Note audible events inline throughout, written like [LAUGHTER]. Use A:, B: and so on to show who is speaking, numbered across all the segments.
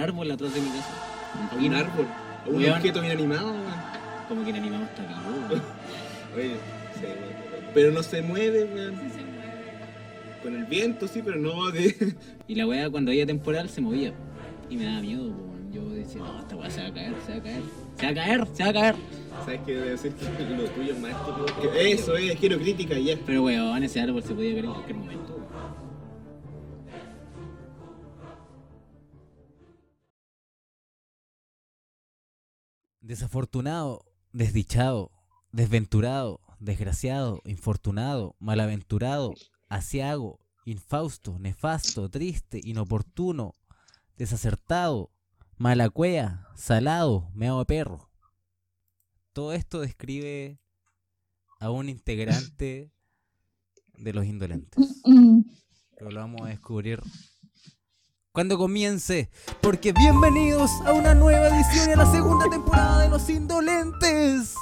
A: árbol atrás de mi casa.
B: A un árbol, a un
A: Weón.
B: objeto inanimado, weón.
A: Como que el animado está vivo. weón.
B: Oye, sí, weón. Pero no se mueve, weón.
C: Sí se mueve.
B: Con el viento, sí, pero no de. [LAUGHS]
A: Y la weá cuando había temporal se movía. Y me daba miedo, po, weón. Yo decía, no, esta weá se va a caer, se va a caer. Se va a caer, se va a caer.
B: ¿Sabes qué? Debe decir que lo tuyo es más estúpido. que- Eso es, quiero crítica y ya.
A: Pero weón, ese árbol se podía caer en cualquier momento. weón.
D: Desafortunado, desdichado, desventurado, desgraciado, infortunado, malaventurado, asiago, infausto, nefasto, triste, inoportuno, desacertado, malacuea, salado, meado de perro. Todo esto describe a un integrante de los indolentes.
E: Mm,
D: Pero lo vamos a descubrir cuando comience. Porque bienvenidos a una nueva edición de la segunda temporada de Los Indolentes.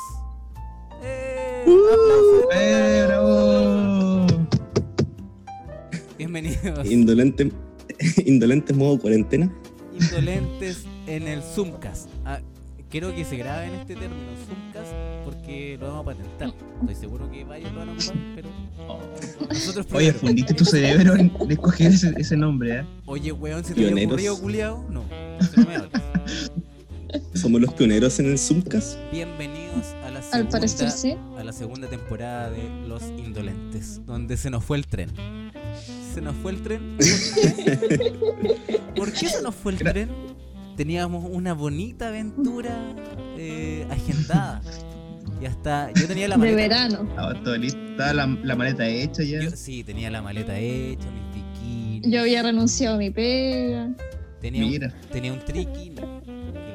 D: ¡Eh! ¡Aplausos!
F: ¡Eh, bravo!
D: Bienvenidos.
G: Indolente, [LAUGHS] indolente modo cuarentena.
D: Indolentes en el Zoomcast. Ah, quiero que se grabe en este término, Zoomcast, porque lo vamos a patentar. Estoy seguro que varios lo van a ocupar, pero nosotros
F: Oye,
D: primero.
F: fundiste tu cerebro en en escoger ese, ese nombre, ¿eh?
D: Oye, weón, ¿se te había
G: Pioneros.
D: ocurrido, culiao? No, eso no me hables.
G: Somos los pioneros en el Zoomcast.
D: Bienvenidos a la
E: Al
D: segunda
E: parecer sí.
D: a la segunda temporada de Los Indolentes, donde se nos fue el tren. ¿Se nos fue el
F: [LAUGHS]
D: tren? ¿Por qué se nos fue el
F: Gra-
D: tren? Teníamos una bonita aventura eh, agendada. Y hasta yo tenía la
E: De
D: maleta.
E: verano.
F: Estaba Ah, todo listo, estaba la, la maleta hecha ya.
D: Yo, sí, tenía la maleta hecha, mis bikinis.
E: Yo había renunciado a mi pega.
D: Tenía, un-
F: Mira,
D: tenía un triquini que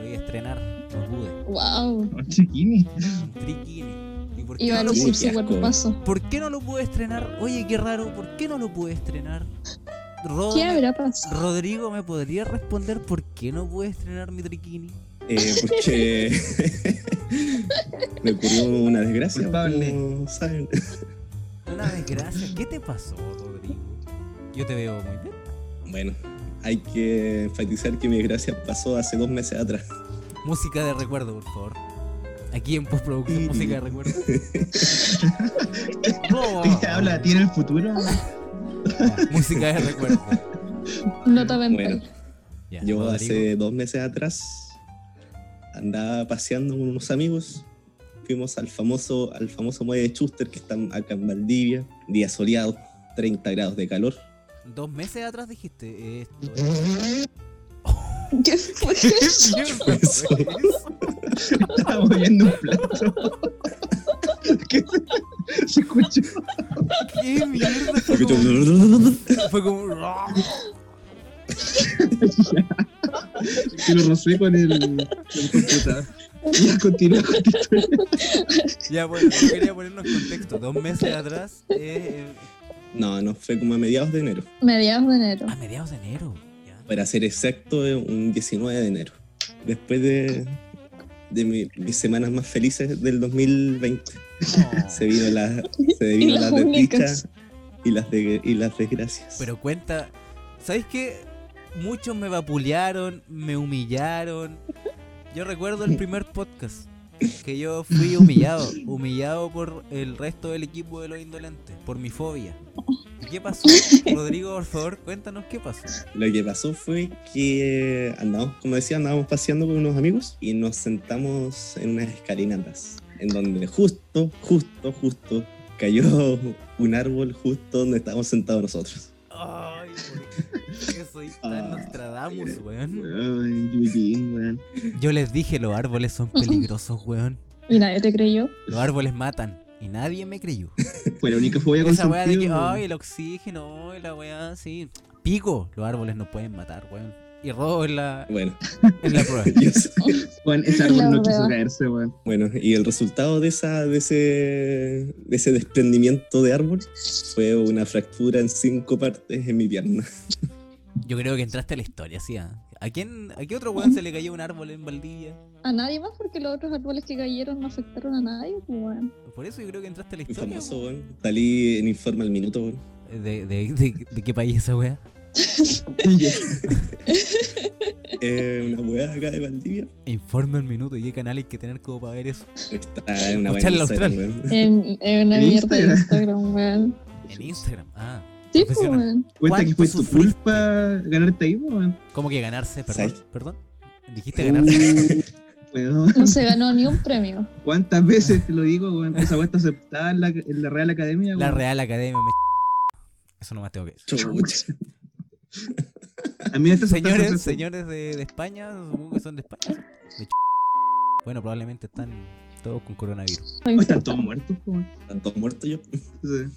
D: lo iba a estrenar, no pude.
E: Wow.
F: un [LAUGHS] chiquini.
D: Un triquini. ¿Y por qué
E: Iba a
D: no lo
G: Uy,
E: lucir
G: qué
E: su
G: asco.
E: cuerpazo.
D: ¿Por qué no lo pude estrenar? Oye, qué raro, ¿por qué no lo pude estrenar? Rodo,
E: ¿Qué habrá pasado?
D: Rodrigo, ¿me podría responder por qué no pude estrenar mi triquini?
G: eh, porque [LAUGHS] me ocurrió una desgracia.
F: Culpable.
G: como saben.
D: Una desgracia, ¿qué te pasó, Rodrigo? Yo te veo muy bien.
G: Bueno, hay que enfatizar que mi desgracia pasó hace dos meses atrás.
D: Música de recuerdo, por favor. Aquí en postproducción, música de recuerdo. No,
F: ¿Te habla a ti en el futuro?
D: música de recuerdo.
E: Nota mental.
G: Bueno,
D: Ya,
G: yo
D: Rodrigo,
G: hace dos meses atrás andaba paseando con unos amigos. Fuimos al famoso, al famoso muelle de Schuster que está acá en Valdivia. Día soleado, 30 grados de calor.
D: Dos meses atrás dijiste eh, esto.
E: [LAUGHS] ¿Qué fue
D: es-
G: [LAUGHS]
E: eso?
G: Eso.
F: Estaba moviendo un plato. [LAUGHS] ¿Qué se, se escuchó?
D: ¿Qué mierda? Fue
G: Porque
D: como-
G: yo-
D: Fue como...
F: Que lo rocé con el, con el computador. Ya continúa con tu historia.
D: Ya, bueno, yo quería ponernos en contexto. Dos meses atrás, eh, eh,
G: No, no, fue como a mediados de enero.
E: Mediados de enero.
D: a mediados de enero. ya.
G: Para ser exacto, eh, un 19 de enero. Después de, de mi- mis semanas más felices del 2020.
D: No.
G: Se vino la, se vino
E: Y las
G: las desdichas
E: únicas.
G: y las, de- y las desgracias.
D: [LAUGHS] Pero cuenta, ¿sabéis qué? Muchos me vapulearon, me humillaron. Yo recuerdo el primer podcast que yo fui humillado, humillado por el resto del equipo de los indolentes, por mi fobia. ¿Y ¿Qué pasó? Rodrigo, por favor, cuéntanos qué pasó.
G: Lo que pasó fue que andamos, como decía, andábamos paseando con unos amigos y nos sentamos en unas escalinatas, en donde justo, justo, justo cayó un árbol justo donde estábamos sentados nosotros.
D: Ay, ¿por qué soy tan
G: Ah,
D: Nostradamus, weón?
F: Ay, Yuyín, weón.
D: Yo les dije, los árboles son peligrosos, weón.
E: Y nadie te creyó.
D: Los árboles matan. Y nadie me creyó.
F: Fue la única fobia
D: Esa weá de que,
F: consentida,
D: ay, el oxígeno, ay, la weá, sí. Pico, los árboles no pueden matar, weón. Y robo en la,
G: Bueno,
D: en la prueba.
G: yo sé-
F: Weón, ese árbol
E: La
F: no quiso
E: wea.
F: caerse, weón.
G: Bueno, y el resultado de, esa, de, ese, de ese desprendimiento de árbol fue una fractura en cinco partes en
D: [LAUGHS]
G: mi pierna.
D: Yo creo que entraste a la historia, sí. ah. ¿A quién, a qué otro weón se le cayó un árbol en Valdivia?
E: A nadie más porque los otros árboles que cayeron no afectaron a nadie. pues, Bueno.
D: Por eso yo creo que entraste a la
G: Muy
D: historia.
G: famoso, weón. Salí en Informa al Minuto, weón.
D: weón. ¿De, de, de, de qué país esa weá?
G: Eh, eh, una weá acá de Valdivia.
D: Informe un minuto y qué canal hay que tener como para ver eso.
G: Está en una
D: Escuchar la
G: buena serie,
D: Austral.
G: weón.
E: En, en una
F: En
E: mierda de
F: Instagram.
E: Instagram, weón.
D: En Instagram. Ah,
E: Sí, pues,
D: Profesional.
E: weón.
F: Cuenta que fue
D: ¿Cuánto
F: tu
D: sufriste?
F: culpa ganarte ahí, po, weón.
D: ¿cómo que ganarse? Perdón,
G: ¿Sabes?
D: perdón. Dijiste ganarse.
F: Weón,
E: No se ganó ni un premio.
F: ¿Cuántas veces te lo digo, weón? Esa weá está aceptada en la, en la Real Academia,
D: La
F: weón.
D: Real Academia me. Eso nomás tengo que decir.
G: Chucha.
F: A mí esta
D: Señores, señores de, de España, supongo que son de España. De ch- Bueno, probablemente están todos con coronavirus.
E: No
F: Están
E: importa.
F: todos muertos, po, weón.
G: Están todos muertos yo.
F: Sí.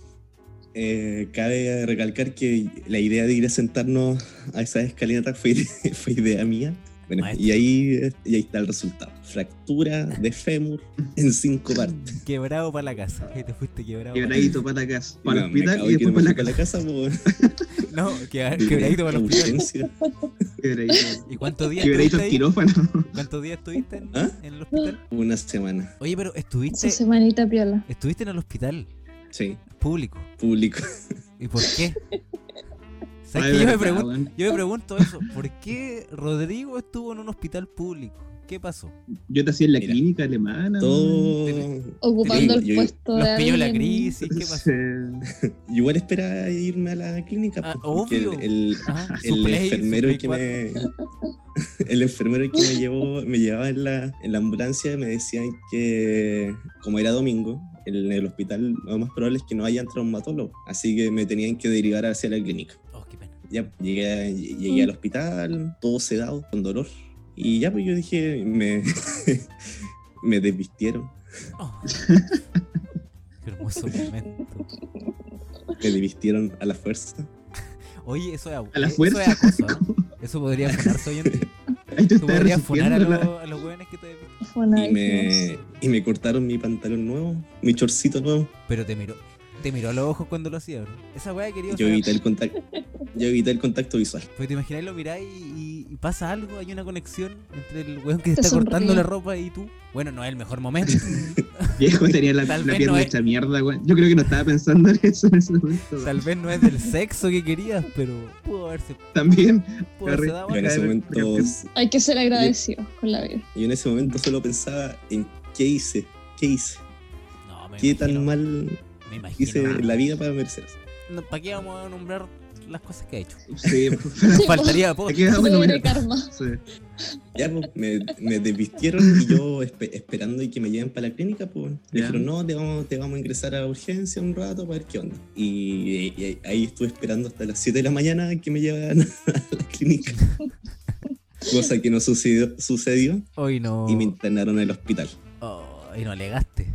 G: Eh, cabe recalcar que la idea de ir a sentarnos a esas escalinatas fue, ide- [LAUGHS] fue idea mía. Bueno,
D: Maestro.
G: y ahí, y ahí está el resultado. Fractura de fémur
D: [LAUGHS]
G: en cinco partes.
D: Quebrado para la casa. Que te fuiste quebrado. pa' la
F: Quebradito para la casa. Para
G: No,
F: el
G: me
F: hospital
G: cago
F: y
G: que no
F: después
G: me
F: para la
G: fui
F: casa.
G: po,
D: casa. No, quebra-
G: weón.
D: quebradito para los primeros.
G: Urgencia.
F: Quebradito.
D: ¿Y cuántos días estuviste
F: Quebradito al
D: ahí?
F: quirófano.
D: ¿Cuántos días estuviste en,
G: ¿Ah?
D: en el hospital?
G: Una semana.
D: Oye, pero
E: Su
D: estuviste,
E: semanita piola.
D: estuviste en el hospital
G: Sí,
D: público.
G: público.
D: ¿Y por
G: [LAUGHS]
D: qué?
F: Ay,
D: ¿Sabes que yo, me
F: verdad,
D: pregunto,
F: weón.
D: yo me pregunto eso. ¿Por qué Rodrigo estuvo en un hospital público? ¿Qué pasó?
F: Yo te hacía en la
G: Mira.
F: clínica alemana. weón.
G: Todo.
E: Ocupando
G: Sí,
E: el
G: yo-
E: puesto
D: ¿Los
E: de
D: pilló la
E: alguien.
D: crisis? ¿Qué pasó?
F: Sí.
G: Igual esperaba irme a la clínica.
D: Ah,
G: po, porque
D: obvio.
G: el-
D: Ajá, [LAUGHS] su
G: el
D: Play, su
G: enfermero
D: Play
G: que
D: 4.
G: me [LAUGHS] el enfermero que me llevó me llevaba en la, en la ambulancia me decían que como era domingo en el hospital lo más probable es que no hayan traumatólogos así que me tenían que derivar hacia la clínica
D: Oh, qué pena.
G: ya llegué, llegué
D: Mm.
G: al hospital todo sedado con dolor y ya pues yo dije me [LAUGHS] me desvistieron
D: Oh. [LAUGHS] Qué hermoso momento.
G: me desvistieron a la fuerza
D: Oye, eso es, abu- eh,
F: A la
D: eso
F: fuerza.
D: es acoso.
F: [LAUGHS]
D: ¿ah? Eso podría funarse hoy en día.
F: Ahí te
D: Tú podrías
F: estás
D: funar a,
F: resistiendo la-
D: los- a los jóvenes que te
E: Fue una
G: y me, y me cortaron mi pantalón nuevo mi chorcito nuevo
D: Pero te miró, te miró a los ojos cuando lo hacía, bro. Esa weá querido.
G: Yo evité el contacto, yo evité el contacto visual.
D: Pues te imagináis, lo miráis y, y pasa algo, hay una conexión entre el weón que
E: Te
D: está cortando
E: sonríe.
D: la ropa y tú. Bueno, no es el
F: [LAUGHS]
D: mejor momento.
F: Viejo tenía la,
D: Tal
F: la
D: vez
F: pierna
D: no es-
F: hecha mierda, weón. Yo creo que no estaba pensando en eso en ese momento. weón.
D: Tal vez no es del sexo que querías, pero pudo haberse,
F: También.
D: pudo haberse
F: Carrie,
D: dado.
G: Yo en ese momento, yo
E: Hay que ser agradecidos con la vida.
G: en ese momento solo pensaba en qué hice, qué hice,
D: No, me
G: qué
D: imagino,
G: tan mal
D: me imagino.
G: hice en la vida para merecer eso.
D: ¿Para qué vamos a nombrar las cosas que ha hecho?
F: Sí,
E: [LAUGHS] Sí,
D: Faltaría
F: po.
D: poco.
F: Te queda bueno,
E: Pobre
F: mira.
E: karma.
F: Sí. [LAUGHS]
G: Ya, pues, me, me desvistieron y yo espe- esperando y que me lleven para la clínica, pues, me
F: Ya.
G: dijeron, no, te vamos, te vamos a ingresar a urgencia un rato para ver qué onda. Y, y ahí- ahí estuve esperando hasta las 7 de la mañana que me llevaran [LAUGHS] a la clínica. Cosa que no sucedió, sucedió
D: Hoy no.
G: y me internaron en el hospital.
D: Oh, y no alegaste.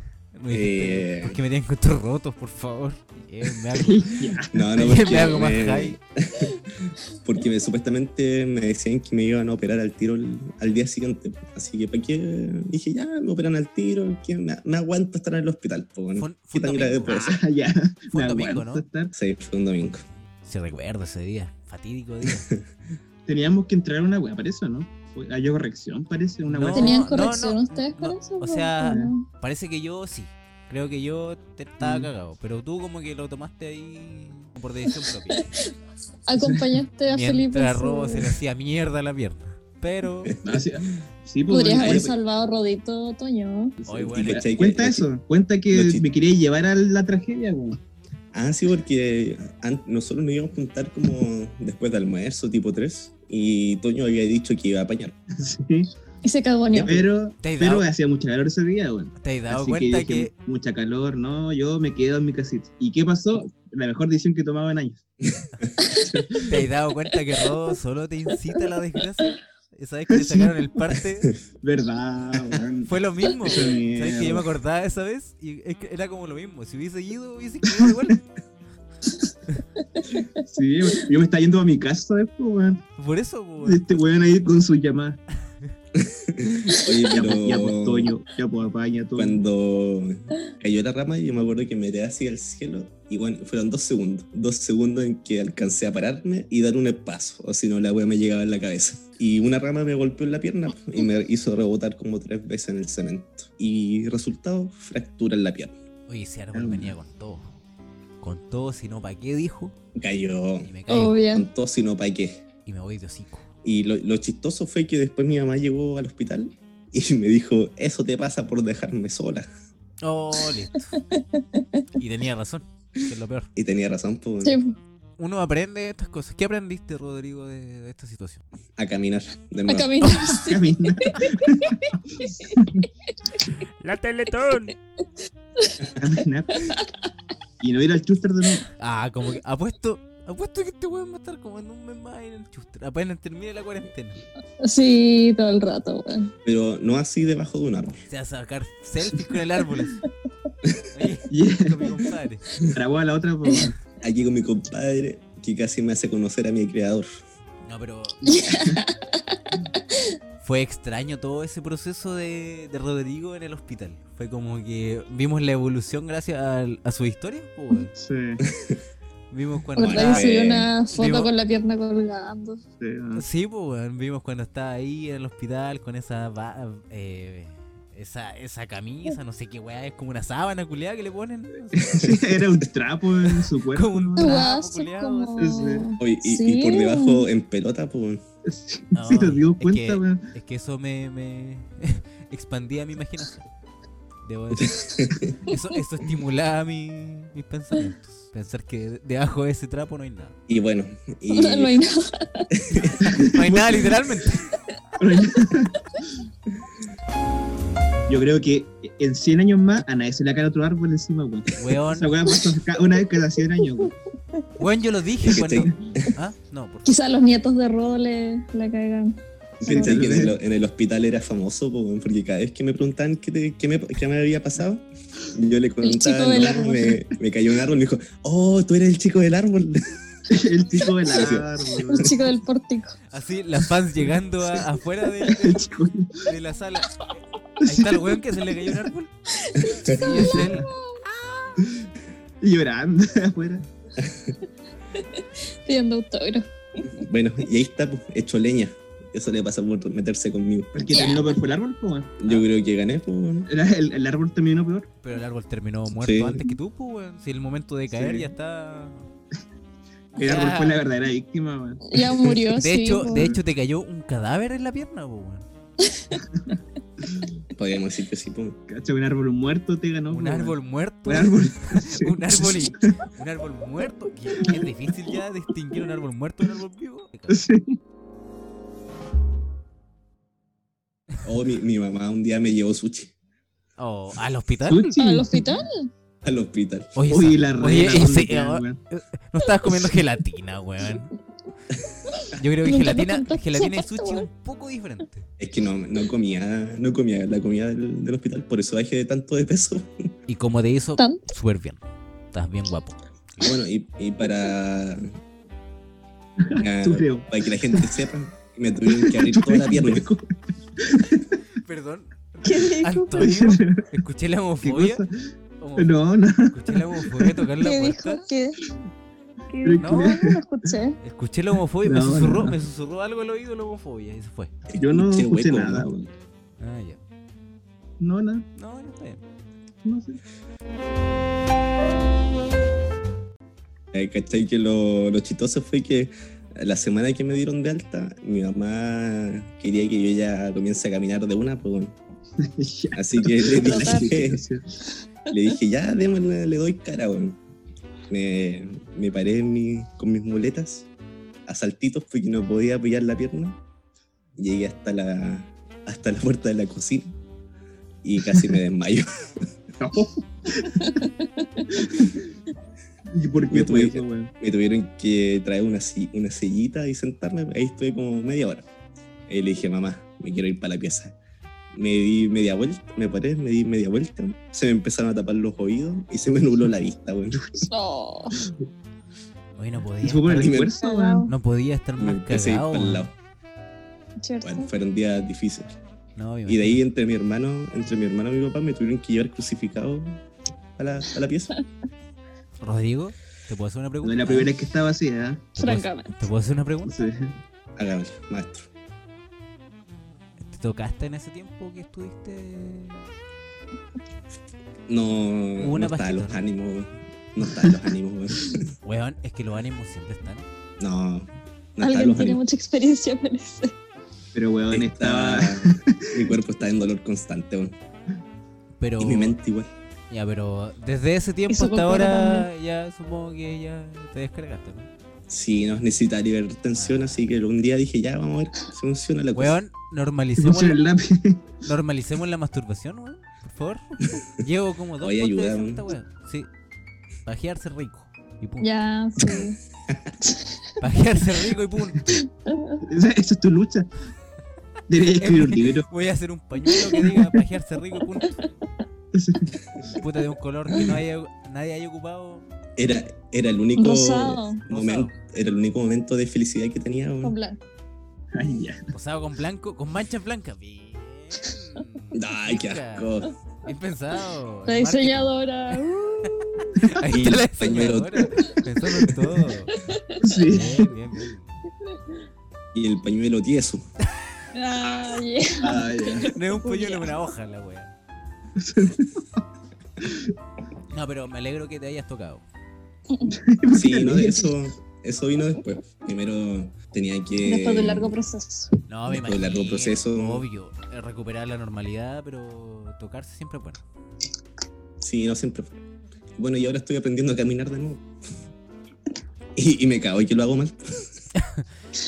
D: Me dijiste,
G: Eh.
D: "Es que me tienen encuentros rotos, por favor. eh, Llévenme
F: [LAUGHS]
D: algo,
F: Ya.
D: [LAUGHS]
G: No, no,
D: llévenme
G: porque
D: algo más
G: me-
D: high.
G: [LAUGHS] Porque me- supuestamente me decían que me iban a operar al tiro el- al día siguiente. Así que, ¿para qué? Dije, ya, me operan al tiro, que me, me aguanto estar en el hospital. po,
D: Fue,
G: bueno.
D: un-
G: ¿Qué
D: fue un
G: tan
D: domingo.
G: grave puede ser?
F: Ah, ya.
D: Fue un
F: Me
D: domingo,
F: aguanto
D: ¿no?
F: estar.
G: Sí, fue un domingo.
D: Se recuerda ese día. Fatídico día.
F: Teníamos que entrar a una weá, parece, ¿o ¿no? Fue- Hay corrección, parece, una
D: No.
F: weá.
E: ¿Tenían
D: no,
E: corrección
D: no,
E: ustedes para
D: no,
E: eso?
D: o
E: po?
D: sea,
E: No.
D: Parece que yo sí. Creo que yo te estaba
F: Mm.
D: cagado. Pero tú como que lo tomaste ahí por
F: [LAUGHS]
D: decisión propia.
E: Acompañaste a Felipe.
D: Mientras a
E: en su-
D: Robo se
E: [LAUGHS]
D: le hacía mierda la pierna. Pero.
F: No, [LAUGHS] Ah, sí, sí, pues,
E: Podrías
F: bueno,
E: haber
F: ahí-
E: salvado a Rodito, Toño.
D: Hoy,
G: Y
D: bueno,
G: cachai que-
F: Cuenta eso, cuenta
G: Los
F: que
G: chistes.
F: me quería llevar a la tragedia, weón. [LAUGHS]
G: Ah, sí, porque an- nosotros nos íbamos a juntar como después de almuerzo, tipo 3. Y Toño había dicho que iba a
F: [LAUGHS]
G: apañar.
F: Sí.
E: Y se cagoneó.
F: Pero,
D: ¿Te has
F: pero
D: dado?
F: hacía mucha calor ese día, weón.
D: ¿te has dado
F: Así que
D: cuenta
F: dije,
D: que
F: mucha calor, no, yo me quedo en mi casita. ¿Y qué pasó? La mejor decisión que tomaba en años.
D: ¿Te has dado cuenta que Rodo solo te incita a la desgracia? Esa vez que
F: [LAUGHS]
D: le sacaron el parte,
F: Verdad,
D: [LAUGHS]
F: weón.
D: fue lo mismo.
F: Esa mierda.
D: ¿Sabes que yo me acordaba de esa vez? Y es que era como lo mismo. Si hubiese ido, hubiese quedado igual.
F: Sí, weón. yo me estaba yendo a mi casa después, weón.
D: Por eso, po,
F: Y
D: weón.
F: Este weón ahí con su llamada.
G: Oye,
F: Ya,
G: pero
F: pues, ya pues Toño, ya pues apaña todo.
G: cuando cayó la rama, yo me acuerdo que me miré hacia el cielo y bueno, fueron dos segundos. Dos segundos en que alcancé a pararme y dar un paso, o si no, la wea me llegaba en la cabeza. Y una rama me golpeó en la pierna y me hizo rebotar como tres veces en el cemento. Y resultado, fractura en la pierna.
D: Oye, ese árbol venía con todo. Con todo, si no, ¿para qué dijo?
G: Cayó
D: Y me caigo.
E: Obvio.
G: con todo, si no, pa' qué.
D: Y me voy de hocico.
G: Y lo, lo chistoso fue que después mi mamá llegó al hospital y [LAUGHS] me dijo, eso te pasa por dejarme sola.
D: [LAUGHS] Oh, listo. Y tenía razón, que es lo peor.
G: Y tenía razón, pues,
E: Sí,
D: Uno aprende estas cosas. ¿Qué aprendiste, Rodrigo, de, de esta situación?
G: a caminar de
E: a
G: nuevo.
E: caminar.
F: [LAUGHS]
E: sí.
F: Camina.
C: La Teletón.
F: Caminar. Y no ir al chuster de nuevo.
D: Ah, como que apuesto, apuesto que este weón va a estar como en un mes más en el chuster. Apenas termine la cuarentena.
E: Sí, todo el rato, weón.
G: Pero no así debajo de un árbol.
D: [LAUGHS] Se va a sacar selfies con el árbol. así. Ahí,
F: Yeah.
D: con mi compadre.
F: Tragó a la otra, pues, po.
G: Aquí con mi compadre, que casi me hace conocer a mi creador.
D: No, pero. Fue extraño todo ese proceso de, de Rodrigo en el hospital. Fue como que vimos la evolución gracias al- a, su historia. po, weón.
F: Sí,
D: Vimos cuando.
E: ¿Verdad que subí
G: eh,
E: una foto
D: vivo-
E: con la pierna colgando?
F: sí. no.
D: Sí, pues, weón, vimos cuando estaba ahí en el hospital con esa va- eh, esa, esa camisa, no sé qué weá, es como una sábana culeada que le ponen. ¿no?
F: Sí, [LAUGHS] Era un trapo en su cuerpo.
D: Como un
E: Esa
F: ¿no?
E: weá
D: Ah,
E: es
D: culiao,
E: como...
F: sí.
G: Oye, y, y
E: Sí.
G: por debajo en pelota, pues.
F: Sí,
D: No,
F: se dio
D: es
F: cuenta,
D: que-
F: weón. [LAUGHS]
D: Es que eso me, me [LAUGHS] expandía mi imaginación. Debo decir.
F: [LAUGHS]
D: Eso, eso estimulaba mi- mis pensamientos. Pensar que de- debajo de ese trapo no hay
F: [LAUGHS]
D: nada.
G: Y bueno,
E: [LAUGHS]
G: y
E: No, no hay nada.
D: No hay nada, literalmente.
F: Yo creo que en 100 años más a nadie se le cae otro árbol encima, weón.
D: Weón,
F: Esa weá pasa ca- una vez cada 100 años, weón. [LAUGHS]
D: weón, yo lo dije
G: Es que
D: cuando. Ah, no, por
E: Quizás los nietos de Rodo le, le caigan.
G: pensé
F: Sí.
G: que en el, en el hospital era famoso, po, porque cada vez que me preguntaban qué, te- qué me, qué me había pasado, yo le contaba,
E: chico del
G: "No,
E: árbol".
G: me, me cayó un árbol, me dijo, oh, tú eres el chico del árbol. [LAUGHS]
F: El tipo del
G: Sí.
F: árbol.
E: El
F: weón.
E: chico del pórtico.
D: Así, las fans llegando a- afuera de, de-
F: El chico del
D: de la sala. Ahí está el weón que se le cayó un árbol. Y es él.
F: llorando [LAUGHS] afuera.
E: Pidiendo autógrafo.
G: bueno, y ahí está, po, hecho leña. Eso le pasa por meterse conmigo.
F: Porque terminó peor fue el árbol, po, weón.
G: Yo creo que gané, po, bueno.
F: Era El, el árbol terminó peor.
D: Pero el árbol terminó muerto
G: Sí.
D: antes que tú, pues, weón. Si el momento de caer
F: Sí.
D: ya está.
F: El árbol
D: Ya.
F: fue la verdadera víctima, weón.
E: Ya
D: [LAUGHS]
E: murió,
D: De
E: sí.
D: hecho,
E: po.
D: de hecho te cayó un cadáver en la pierna, po, weón.
G: podríamos decir que sí. po.
F: Cacho, un árbol muerto te ganó.
D: Un
F: po, weón.
D: árbol muerto. [LAUGHS]
F: Un árbol.
D: Un árbol y- un árbol muerto. que Es difícil ya distinguir un árbol muerto de un árbol
F: [LAUGHS]
D: vivo.
F: Sí.
G: Oh, mi, mi mamá un día me llevó sushi
D: O Oh, al hospital.
F: Sushi.
E: ¿Al hospital?
G: al hospital.
D: Oye,
F: Uy,
D: esa-
F: la
D: oye,
F: reina.
D: ese-
F: weón,
D: eh,
F: weón.
D: no estabas comiendo gelatina, weón. Yo creo que
E: Nunca
D: gelatina,
E: te
D: gelatina y
E: contaste,
D: sushi
E: weón.
D: un poco diferente.
G: Es que no, no comía, no comía la comida del, del hospital, por eso bajé de tanto de peso.
D: Y como te hizo,
E: Tan.
D: súper bien. Estás bien guapo.
G: Bueno, y, y para,
F: [LAUGHS]
G: para,
F: Tú
D: eh,
F: creo.
G: para que la gente sepa, me tuvieron que abrir toda la
F: [LAUGHS]
G: pierna.
D: Perdón,
E: [LAUGHS]
D: [LAUGHS]
E: ¿Qué dijo?
D: Antonio. Escuché la homofobia.
F: cosa?
D: homo-
F: No, no.
D: Escuché la homofobia tocar la
E: ¿Qué
D: puerta.
E: dijo? ¿Qué? ¿Qué?
F: Pero-
E: No, no
D: [LAUGHS]
E: lo escuché.
D: Escuché la homofobia, me
F: No, no,
D: susurró,
F: no.
D: me susurró algo al oído la homofobia y se fue.
F: Yo no
G: Escuché
F: escuché
G: hueco,
F: nada,
G: ¿no?
F: weón.
D: Ah, ya.
F: No, nada.
D: No, no está bien.
F: No sé. [LAUGHS]
G: Eh, ¿Cachai? Que lo, lo chistoso fue que la semana que me dieron de alta, mi mamá quería que yo ya comience a caminar de una, pues bueno.
F: Ya.
G: Así que le
E: Total.
G: dije, le dije, ya, démosle, le doy cara, weón. Me, me paré en mi- con mis muletas a saltitos porque no podía apoyar la pierna. Llegué hasta la, hasta la puerta de la cocina y casi me desmayo.
F: No. [LAUGHS] ¿Y por qué
G: Me
F: fue
G: tuve-
F: eso, weón?
G: Me tuvieron que traer una, si- una sillita y sentarme. Ahí estuve como media hora. Y le dije, mamá, me quiero ir para la pieza. Me di media vuelta, me paré, me di media vuelta. Se me empezaron a tapar los oídos y se me nubló la vista, weón.
E: No.
D: Hoy no podía.
F: ¿Fue por el
D: estar-
G: Dime.
E: Oh,
F: esfuerzo, weón?
D: No podía estar
G: Me
D: más
G: empecé a ir
D: cagado.
G: para el
D: weón.
G: lado.
E: ¿Cierto?
G: Bueno, fueron días difíciles.
D: No, me
G: Y de
D: imagino.
G: ahí entre mi hermano, entre mi hermano y mi papá me tuvieron que llevar crucificado a la, a
D: [LAUGHS]
G: la pieza.
D: Rodrigo, ¿te puedo hacer una
F: No,
D: pregunta?
F: la primera vez que estaba así, ¿eh?
D: ¿Te puedo-
E: Francamente.
D: ¿Te puedo hacer una pregunta?
F: Sí.
G: Hágame, maestro.
D: ¿Te tocaste en ese tiempo que estuviste?
G: No,
D: Una
G: no está
D: pajita,
G: los
D: ¿no? [LAUGHS]
G: ánimos, weón. no está los ánimos, weón.
D: Weón, es que los ánimos siempre están.
G: No, No estaban
E: Alguien
G: los
E: tiene
G: ánimos.
E: mucha experiencia,
D: [LAUGHS]
E: parece.
B: Pero weón
G: Estaba-
B: estaba.
G: Mi cuerpo está en dolor constante, weón.
D: Pero,
G: Y mi mente igual.
D: ya, pero desde ese
E: Y
D: tiempo
E: su
D: hasta
E: computadora
D: ahora ya supongo que ya te descargaste. ¿no?
G: Sí, nos necesita liberar tensión, así que un día dije, ya, vamos a ver si funciona la cosa.
D: Weón, normalicemos,
F: Escuchen el lápiz.
D: normalicemos la masturbación, weón, por
G: [LAUGHS]
D: favor. Llevo como dos
G: Oye,
D: podcasts
G: ayuda,
D: diciendo esta weá. Sí, pajearse rico. Y pum.
E: Ya, [LAUGHS] sí.
D: Pajearse rico y pum.
E: Ah,
F: Esa, esa es tu lucha.
E: [LAUGHS]
F: Deberías escribir un libro. [LAUGHS]
D: Voy a hacer un pañuelo que diga pajearse rico y pum. Puta de un color que no haya, nadie haya ocupado.
G: Era, era el único
E: Rosado.
G: momento, era el único momento de felicidad que tenía, weón.
E: Con
D: Pues,
E: blanco.
F: Ay, ya.
D: Rosado con blanco, con manchas blancas. Bien.
G: Ay, qué asco.
D: Bien pensado.
E: La
D: El marketing. [LAUGHS]
E: diseñadora. uh.
D: Ahí está la
G: Primero.
D: diseñadora. Pensando en todo.
F: Sí.
D: Bien, bien, bien.
G: Y el pañuelo tieso.
E: Ah, yeah.
F: Ay,
G: [LAUGHS]
F: ya.
D: No es un pañuelo,
E: Julia.
D: es una hoja la wea. No, pero me alegro que te hayas tocado.
G: Sí, no, eso, eso vino después. Primero tenía que.
E: Después de un largo proceso.
D: No, me
G: Después
D: imagino.
G: de largo proceso.
D: Obvio, eh, recuperar la normalidad, pero tocarse siempre es bueno.
G: Sí, no siempre fue. Bueno, y ahora estoy aprendiendo a caminar de nuevo. [LAUGHS] Y, y me cago y que lo hago mal.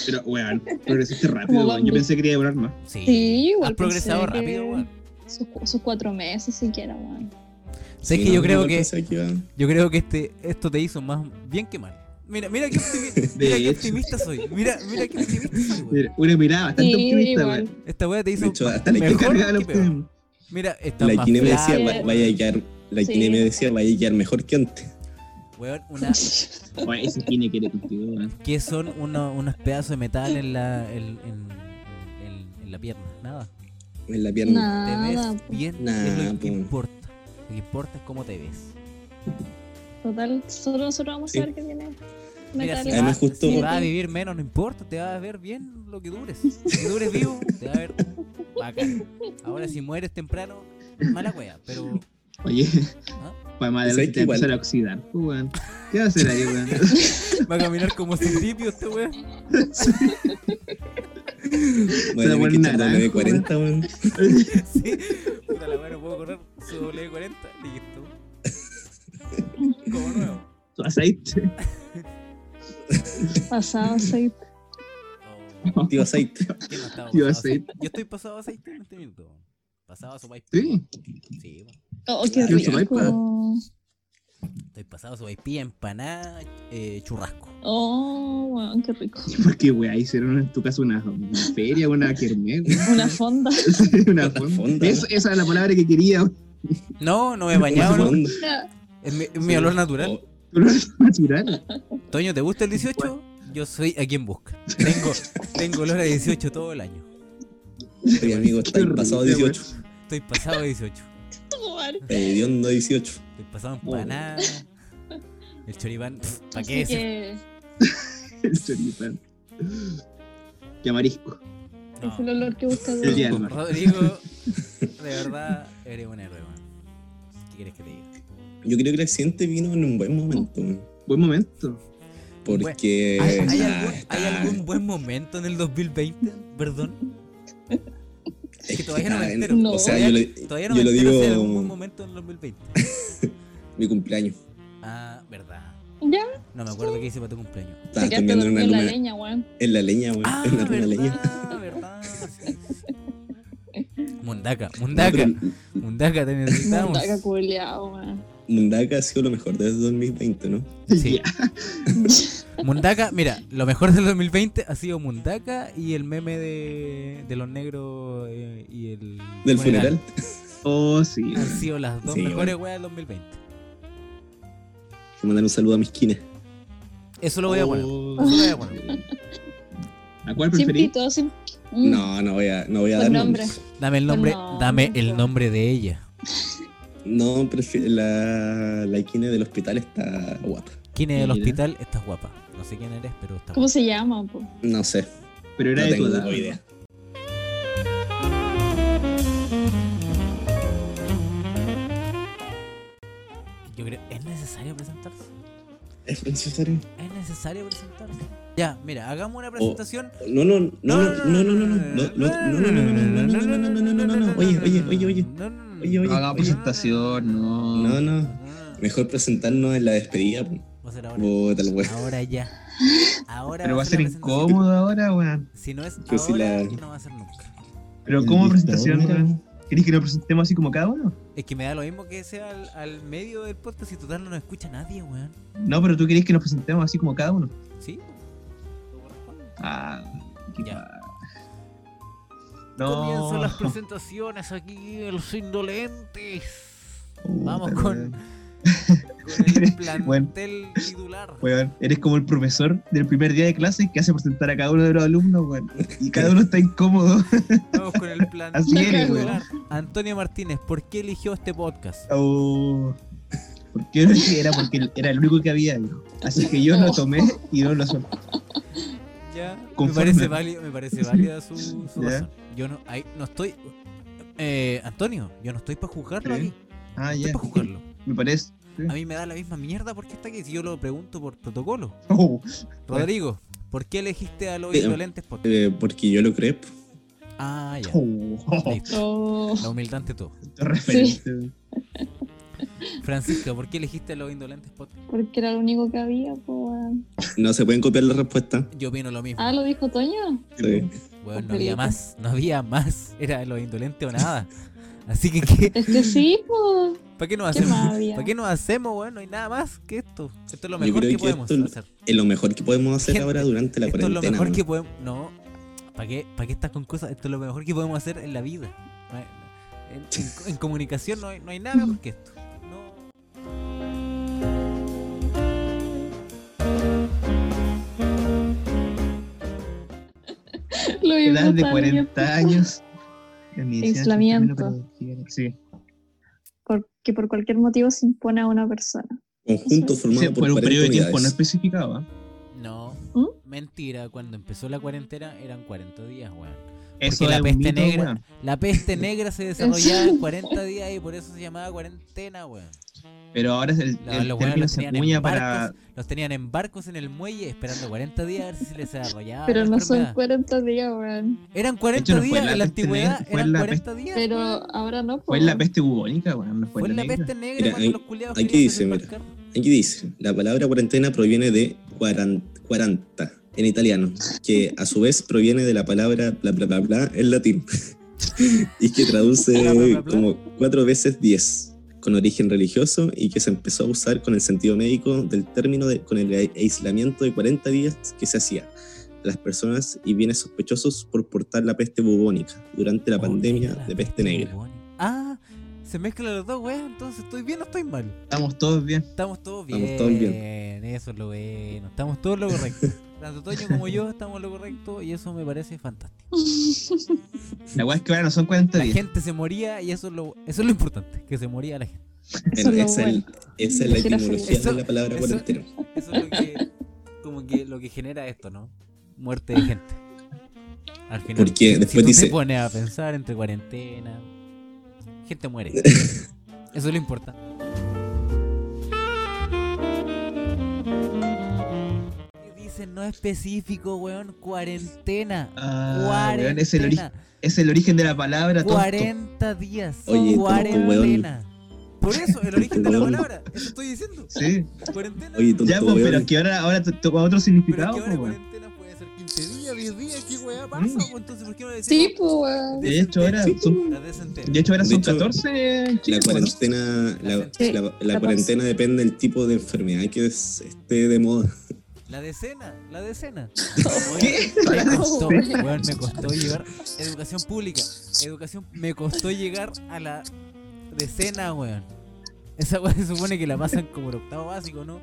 F: Pero, weón, progresaste
E: Como
F: rápido, weón. Yo
E: Bambi.
F: pensé que iba a demorar más.
D: Sí.
E: Sí, igual.
D: Has progresado
E: pensé que
D: rápido, weón.
E: Sus, cu- sus cuatro meses siquiera, weón.
D: Sé
G: Sí,
D: que
G: no,
D: yo creo
G: igual
D: que
G: pensaba iba-
D: yo creo que este esto te hizo más bien que mal. Mira, mira qué
G: [LAUGHS]
D: optimista, mira qué
F: hecho.
D: optimista soy. Mira, mira qué optimista soy, weón.
F: Mira, una mirada
E: Sí,
F: bastante optimista,
E: igual.
F: weón.
D: Esta weá te hizo
G: De hecho, hasta la
D: mejor
F: Cargada al
D: que peor.
F: optimismo.
D: Mira, está
G: La
D: más
G: Kine me decía,
E: flaca.
G: "Va- vaya a quedar. La
E: Sí.
G: Kine me decía, vaya a quedar mejor que antes.
D: weón,
E: [LAUGHS]
D: una,
B: Oye, ese tiene que ir contigo, weón.
D: que son uno- unos pedazos de metal en la en, en- en- en la pierna, nada.
G: En la pierna.
D: Te
E: Ah, Nada, pues,
D: ves bien, es
G: Nah,
D: lo que
G: po.
D: importa. Lo que importa es cómo te ves.
E: total. Solo nosotros vamos
G: Sí.
E: a ver qué tiene.
D: Mira, si,
E: Metal.
G: Además,
D: vas-
G: justo-
D: si vas a vivir menos, no importa, te va a ver bien lo que dures. Lo que dures vivo, te va a ver bacán. Ahora, si mueres temprano, mala wea, pero
F: Oye,
D: ¿Ah?
F: para madre,
G: ¿Sabes
F: te
G: que
F: va a
G: igual?
F: empezar a oxidar, pues, weón. ¿Qué va a hacer ahí,
G: [LAUGHS]
F: weón?
D: va a caminar como Silvio este wea. [LAUGHS]
F: Se
G: Bueno, me
F: la vuelve
G: quita
F: naranja,
G: W40, weón.
D: Sí. Puta la wea, no puedo correr. Su W40, listo. Como nuevo.
F: Su aceite.
E: Pasado
D: [LAUGHS]
E: aceite.
D: Oh.
G: Tío aceite.
D: ¿Quién no estaba
F: Yo
D: pasado
F: aceite.
D: aceite? Yo estoy pasado aceite en este minuto. weón. Pasado sopaipilla.
F: Sí.
D: Sí, weón.
E: Oh, qué
F: Yo soy
E: rico.
D: estoy pasado sopaipilla, empanada, eh, churrasco.
E: Oh, weón, qué
F: [LAUGHS]
E: rico.
F: ¿Por qué, weón? Hicieron en tu casa una, una feria, una kermés, weón.
E: Una
F: [LAUGHS]
E: fonda.
F: una
G: Plata
F: fonda.
G: fonda.
F: Eso- esa es la palabra que quería.
D: No, no me he bañado, ¿no?
G: Fondo.
D: Es mi, es mi olor natural.
G: Oh,
F: Pero es natural.
D: Toño, ¿te gusta el 18? Yo soy a quien busca. Tengo, tengo olor a 18 todo el año.
G: oye, amigo, está el pasado 18.
D: Estoy pasado de 18.
E: Tomar.
G: Eh, Dios no 18.
D: Estoy
F: Oh.
D: pasado empanada. El choripán, ¿para qué
E: Así
D: decir?
E: que
F: El choripán. Que amarisco.
D: No.
E: es el olor que buscas.
F: El día del mar.
D: Rodrigo, de verdad, eres un héroe, weón. ¿Qué quieres que te diga?
G: Yo creo que el accidente vino en un buen momento, weón.
F: Buen momento.
G: Porque.
D: ¿Hay, hay
G: ah,
D: algún, hay
G: está-
D: algún buen momento en el 2020? Perdón.
G: es
D: que todavía no me
G: está en-
D: entero.
G: O sea, yo lo,
D: Todavía no
G: yo
D: me
G: lo
D: entero si hay algún buen
G: digo
D: momento en el
G: [LAUGHS]
D: 2020.
G: mi cumpleaños.
D: Ah, verdad.
E: Ya,
D: No me acuerdo qué hice para tu cumpleaños.
G: Estaba
E: te quedaste
G: cambiando [LAUGHS] en
E: dormido
G: una
E: en la
G: luna.
E: leña, weón.
G: En la leña, weón.
D: Ah,
G: en la luna leña.
D: verdad, verdad. sí, sí. Mundaca,
G: No,
D: Mundaca,
G: pero
D: Mundaca, te necesitamos.
E: Montaca culeado, weón.
G: Mundaka ha sido lo mejor desde 2020, ¿no?
D: Sí.
F: Ya.
D: Mundaca, mira, lo mejor del 2020 ha sido Mundaca y el meme de, de los negros eh, y el.
G: Del funeral.
F: Oh, sí.
D: Han sido las dos
G: Sí,
D: mejores weas del 2020.
G: Que mandar un saludo a mi esquina.
D: Eso lo voy a poner.
F: Oh.
D: Eso lo voy a poner.
F: ¿A cuál
E: Siempre y
F: preferís?
E: todo, siempre. Mm,
G: No, no voy a, no voy a dar
E: Con nombre.
G: nombres.
D: Dame el nombre,
E: No,
D: dame
E: no.
D: el nombre de ella.
G: No, prefi- la, la esquina del hospital está guapa.
D: ¿Quién es del
F: Mira.
D: hospital? Estás guapa. No sé quién eres, pero está
E: ¿Cómo
D: guapa.
E: se llama, po?
G: No sé,
F: Pero era
G: no
F: de tu
G: tengo
F: edad.
G: idea.
D: Yo creo, ¿es necesario presentarse?
G: ¿Es necesario?
D: ¿Es necesario presentarse? Ya, mira, hagamos una presentación.
G: No, no, no, no, no, no, no, no, no, no, no, no, no, no, no, no, no, no, no, no, no, oye, oye, oye, oye,
D: No, no, no.
G: oye, oye,
F: No haga
G: oye.
F: presentación, no.
G: No, no,
D: Ah,
G: mejor presentarnos en la despedida, po.
D: Va a ser ahora.
G: Puta el weón.
D: Ahora ya. Ahora
F: Pero va a ser
D: la presentación.
F: incómodo ahora, weón.
D: Si no es
G: Yo sí
D: ahora,
G: la-
D: no va a ser nunca.
F: Pero ¿cómo
G: El
F: presentación,
G: dictador.
F: weón? ¿Querés que lo presentemos así como cada uno?
D: Es que me da lo mismo que sea al, al medio del podcast y total no nos escucha nadie, weón.
F: No, pero tú querés que nos presentemos así como cada uno.
D: ¿Sí? ¿Lo corresponde?
F: Ah, qué
D: Ya.
F: pa-
D: Comienzan las
F: No.
D: presentaciones aquí, en los indolentes.
F: Puta,
D: Vamos con,
F: weón. [LAUGHS]
D: con el plantel
F: Bueno.
D: titular.
F: Weón, eres como el profesor del primer día de clases que hace presentar a cada uno de los alumnos, weón. Y cada uno está incómodo. [LAUGHS]
D: Vamos con el plantel
F: Así
E: eres,
D: titular. Antonio Martínez, ¿por qué eligió este podcast?
F: Oh. Porque yo no dije, era porque era el único que había, viejo. Así que yo lo tomé y no lo solté.
D: Ya, me
F: Conforme.
D: parece, válido, me parece válida su, su
F: [LAUGHS] Ya.
D: razón. Yo no, ahí, no estoy. eh, Antonio, yo no estoy para juzgarlo
F: Sí.
D: aquí.
F: Ah,
D: No
F: ya.
D: estoy para juzgarlo.
F: Me parece.
D: A mí me da la misma mierda porque está aquí si yo lo pregunto por protocolo.
F: Oh,
D: Rodrigo, ¿por qué elegiste a los
G: Sí.
D: indolentes podcast?
G: Eh, Porque yo lo creo, po.
D: Ah, ya.
F: oh, oh,
D: Listo.
E: Oh,
D: La humildad ante todo.
F: esto es referente.
D: Francisca, ¿por qué elegiste a los indolentes podcast?
E: porque era lo único que había, pues.
G: No se pueden copiar la respuesta.
D: Yo opino lo mismo.
E: Ah, ¿lo dijo Toño?
G: Sí.
D: Weón, no había
E: Rodrigo.
D: más. No había más. Era los indolentes o nada. Así que, ¿qué?
E: Es que sí,
F: [LAUGHS]
E: pues.
D: ¿Para qué nos
E: ¿Qué
D: hacemos?
E: más había?
D: ¿Para qué nos hacemos, weón? No hay nada más que esto. Esto es lo
G: Yo
D: mejor
G: creo
D: que,
G: que
D: podemos
G: esto-
D: hacer.
G: Es lo mejor que podemos hacer
D: Gente,
G: ahora durante la
D: Esto es lo
G: cuarentena.
D: mejor
G: ¿no?
D: que podemos. No, ¿para qué, ¿para qué estás con cosas? Esto es lo mejor que podemos hacer en la vida. No hay- En, en- en comunicación no hay, no hay nada
E: Mm.
D: mejor que esto. No.
E: Lo mismo
F: Edad de
E: también,
F: 40 años. La medicina es un
E: Aislamiento.
F: camino para- Sí.
E: Porque por cualquier motivo se impone a una persona.
G: Conjunto formado
F: Sí,
G: por,
F: por un
G: 40
F: periodo de tiempo no
G: unidades.
F: especificado, ¿ah?
D: No,
E: ¿Mm?
D: mentira, cuando empezó la cuarentena eran 40 días, weón.
F: Eso
D: la
F: es un
D: peste
F: mito,
D: negra-
F: weón.
D: La
G: [LAUGHS]
D: peste negra se desarrollaba en 40 días y por eso se llamaba cuarentena, weón.
F: Pero ahora es el,
D: La-
F: el
D: los weones
F: término
D: los
F: se
D: tenían,
F: acuña
D: en
F: para.
D: barcos, los tenían en barcos en el muelle esperando 40 días a ver si se les desarrollaba.
E: Pero
D: la
E: no son
D: enfermedad.
E: 40 días, weón.
D: Eran
F: De
D: 40
F: hecho, no fue
D: días
F: la
D: en la
F: peste negra,
D: antigüedad,
F: fue
D: eran
F: la
D: 40 días.
E: Pero
D: weón.
E: ahora no,
F: Fue
E: pues.
F: en la peste bubónica, weón. No fue,
D: Fue
F: en
D: la
F: negra.
D: peste negra
G: Mira,
D: cuando
G: ahí-
D: los culiados
G: aquí
D: querían
G: dice, mira.
D: desembarcar.
G: Aquí dice, la palabra cuarentena proviene de 40 en italiano, que a su vez proviene de la palabra bla bla bla bla en latín, [LAUGHS] y que
D: Bla, bla, bla,
G: traduce
D: bla.
G: como cuatro veces 10, con origen religioso y que se empezó a usar con el sentido médico del término de- con el ai- aislamiento de 40 días que se hacía a las personas y bienes sospechosos por portar la peste bubónica durante la
D: Oh,
G: pandemia
D: mira,
G: de peste negra.
D: bubónica. Ah, se mezclan los dos, weón. Entonces, ¿estoy bien o estoy mal?
F: Estamos todos bien.
D: Estamos todos bien.
G: Estamos todos bien.
D: Eso es lo bueno. Estamos todos lo
G: [LAUGHS]
D: correcto. Tanto Toño como yo estamos lo correcto y eso me parece fantástico.
F: La weá es que ahora no son 40
D: La
F: días.
D: gente se moría y eso es lo, eso es lo importante, que se moría la gente.
E: Eso
G: Bueno,
E: es lo
G: esa, es el- esa es la
E: Quiero
G: etimología
D: hacer-
G: de la palabra
D: eso-
G: cuarentena.
D: Eso es lo que, como que, lo que genera esto, ¿no? Muerte de gente. Al final.
G: Porque
D: si
G: después
D: tú
G: dice-
D: te pones a pensar entre cuarentena, gente
G: [LAUGHS]
D: muere. Eso es lo importante. ¿Qué Dicen no específico, weón, cuarentena.
F: Ah,
D: cuarentena.
F: weón, es el, ori- es el origen de la palabra tonto.
D: 40 días.
G: Oye, tonto,
D: cuarentena. Por eso, el origen
F: [LAUGHS]
D: de la
G: Tonto, weón.
D: palabra. Eso estoy diciendo.
F: Sí.
D: Cuarentena.
G: Oye, tonto,
F: Ya, pues,
G: weón.
F: pero es que ahora, ahora to- toma otro
D: Pero es
F: significado,
D: que ahora
F: pues, weón.
D: cuarentena puede ser 15 días, 10 días, ¿qué weá pasa?
F: Mm.
D: po? Entonces, ¿por qué no decimos?
E: Sí, pues, weón.
F: De hecho, ahora
D: Sí,
F: son-
D: La desentera.
F: De hecho, ahora
G: De
F: son
G: hecho,
F: 14 en Chile,
G: La
F: pues,
G: cuarentena, la,
E: Sí,
G: la- la
E: la
G: cuarentena depende del tipo de enfermedad que es- esté de moda.
D: La decena, la decena.
F: [LAUGHS] ¿Qué?
D: Me
F: La
D: costó,
F: decena.
D: weón, me costó llegar. Educación pública. Educación, me costó llegar a la decena, weón. Esa weón se supone que la pasan como el octavo básico, ¿no?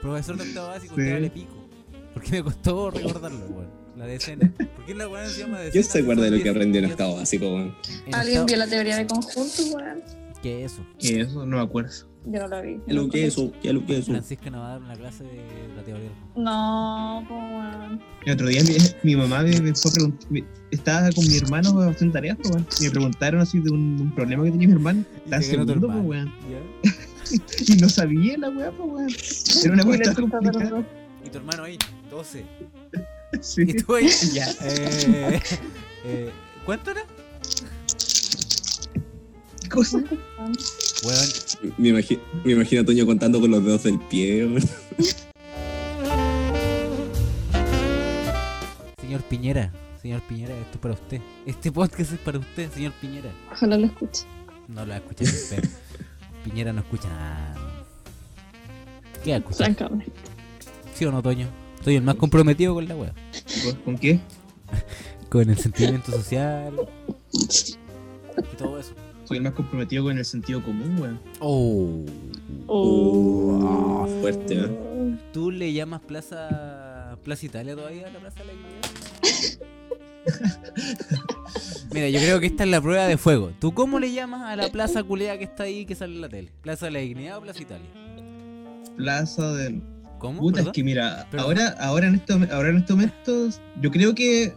D: Profesor de octavo básico,
F: Sí.
D: usted vale pico. Porque me costó recordarlo, weón. La decena. ¿Por qué la weón se llama decena?
G: ¿Quién se acuerda de lo que aprendió en
D: el
G: octavo básico, weón?
E: ¿Alguien vio la teoría de conjuntos, weón?
D: ¿Qué es eso?
F: Que eso no me acuerdo.
E: Yo no la vi.
G: ¿Qué lo que es eso? ¿Qué lo que es eso?
D: Francisca nos va a dar una clase de la teoría del juego.
E: No, pues, weón.
F: El otro día mi, mi mamá me, me fue a preguntar. me- Estaba con mi hermano weón, haciendo tareas, pues, weón. Y me preguntaron así de un, un problema que tenía mi hermano. Está en
D: te ganó tu
F: segundo, pues,
D: hermano.
F: weón.
D: ¿Ya?
F: Y no sabía la weá, pues, weón. Era una
E: Fue
F: weá
E: la
F: tan
E: culpa,
F: complicada.
E: perdón.
D: Y tu hermano ahí, 12.
F: [LAUGHS] Sí.
D: Y tú ahí,
F: Ya.
D: eh, eh, ¿cuánto era? [LAUGHS]
F: ¿Qué cosa?
D: Weón,
G: Me, imagi- me imagino a Toño contando con los dedos del
D: [LAUGHS]
G: pie. weón.
D: señor Piñera, señor Piñera, esto es para usted. Este podcast es para usted, señor Piñera.
E: Ojalá lo escuche.
D: No lo escucha ni en pedo. Piñera no escucha nada. ¿Qué va a escuchar?
E: Francamente.
D: ¿Sí o no, Toño? Soy el más comprometido con la wea.
F: ¿Con- ¿Con qué?
D: Con el sentimiento social y todo eso.
F: Soy el más comprometido con el sentido común, weón.
D: Oh.
G: Oh, ah, fuerte, ¿eh?
D: ¿Tú le llamas Plaza Plaza Italia todavía a la Plaza de la Dignidad? Mira, yo creo que esta es la prueba de fuego. ¿Tú cómo le llamas a la plaza culeada que está ahí que sale en la tele? ¿Plaza de la Dignidad o Plaza Italia?
F: Plaza del.
D: ¿Cómo?
F: Puta, es
D: ¿Perdón?
F: que mira,
D: Perdón.
F: ahora, ahora, en este, momen- ahora en este momento, yo creo que.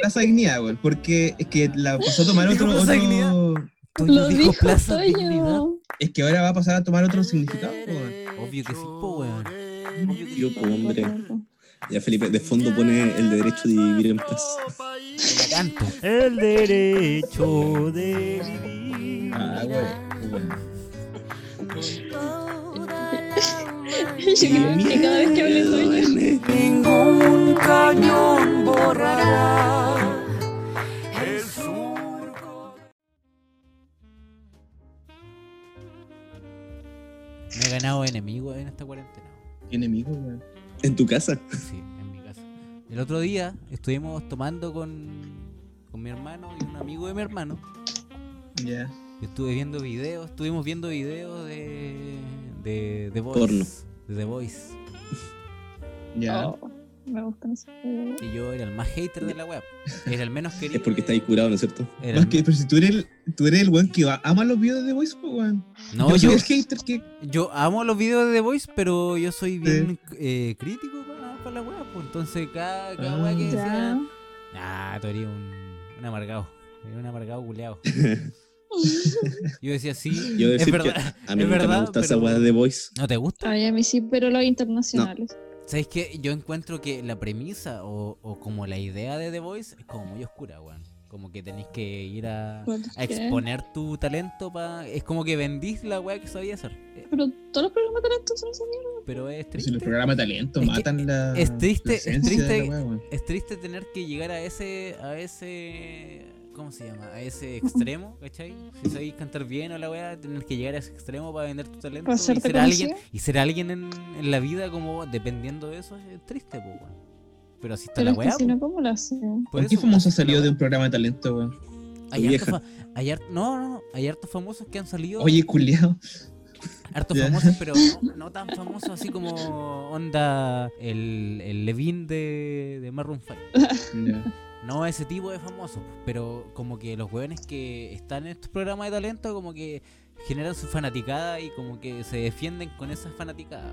F: Plaza Dignidad, weón. Porque es que la pasó
D: [LAUGHS]
F: a tomar
D: Dijo
F: otro.
D: Plaza Dignidad.
F: otro
D: Toño
E: [LAUGHS] Lo dijo
D: Plaza Dignidad.
E: Toño.
F: es que ahora va a pasar a tomar otro significado, weón.
D: Obvio que sí, po, weón.
G: Yo,
D: pues,
G: po, hombre. Ya Felipe, de fondo pone el derecho de vivir en paz.
D: Me canto.
C: El derecho de vivir.
F: Ah,
E: [LAUGHS] Yo creo que cada vez que hable Toño.
H: Ningún cañón borrará el
D: Me he ganado enemigos en esta cuarentena.
F: Enemigo, weón.
G: En tu casa.
D: Sí, en mi casa. El otro día estuvimos tomando con, con mi hermano y un amigo de mi hermano.
F: Ya.
D: Yo estuve viendo videos, estuvimos viendo videos de. de The Voice.
G: Porno.
D: De The Voice.
F: Ya.
E: Oh, Me gustan esos videos.
D: Y yo era el más hater de la web. Era el menos querido.
G: Es porque está ahí
D: de-
G: curado, ¿no es cierto?
D: era
G: [LAUGHS]
F: Más
D: el-
F: que, pero si tú eres el, tú eres el weón que va- ama los videos de Voice, po, weón.
D: No,
F: soy
D: yo,
F: el hater que.
D: yo amo los videos de The Voice, pero yo soy bien eh, crítico para, la web. Pues, entonces cada, cada
F: Ah.
D: wea que
E: Ya.
D: decía. Ah, tú eres un, un amargado. Eres un amargado
F: [LAUGHS]
D: culeado. Yo decía, sí.
G: Yo
D: es
G: decir que
D: verdad.
G: a mí
D: es
G: nunca
D: verdad,
G: me gusta esa
D: pero-
G: weá de voice.
D: ¿No te gusta?
E: Ay, a mí sí, pero los internacionales.
D: ¿Sabes qué? Yo encuentro que la premisa o, o como la idea de The Voice es como muy oscura, weón. Como que tenéis que ir a,
F: Pues
E: ¿Por
D: a
E: qué?
D: exponer tu talento para... Es como que vendís la weá que sabía hacer. Eh,
E: Pero todos los programas de talento son esa mierda.
D: Pero es
F: Si
D: triste.
F: los programas de talento
D: Es que
F: matan la.
D: es triste-
F: la
D: es
F: esencia de
D: triste-
F: la weá, weón.
D: Es triste tener que llegar a ese... A ese... ¿Cómo se llama? A ese extremo, ¿cachai? Si sabéis cantar bien o la weá, tener que llegar a ese extremo para vender tu talento.
E: Para
D: Y
E: hacerte
D: ser, alguien,
E: conocido.
D: y ser alguien en, en la vida como dependiendo de eso es triste, pues, weón. Pero así está
E: Pero
D: la
E: es que
D: weá.
E: si
D: po.
E: no, ¿cómo lo hacen?
D: Por
F: ¿Por qué
D: eso, weón, así
F: famoso
D: está la
F: salió
D: weá.
F: de un programa de talento, weón?
D: Hay harto
G: Tu vieja.
D: fa- hay har- no, no, no, hay hartos famosos que han salido,
F: Oye,
D: [LAUGHS]
F: culiao.
D: hartos
F: ya.
D: famosos,
F: [LAUGHS]
D: pero no, no tan famosos así como onda el, el Levin de, de Maroon 5.
F: Ya.
D: No ese tipo de famosos, pero como que los hueones que están en estos programas de talento como que generan su fanaticada y como que se defienden con esa fanaticada.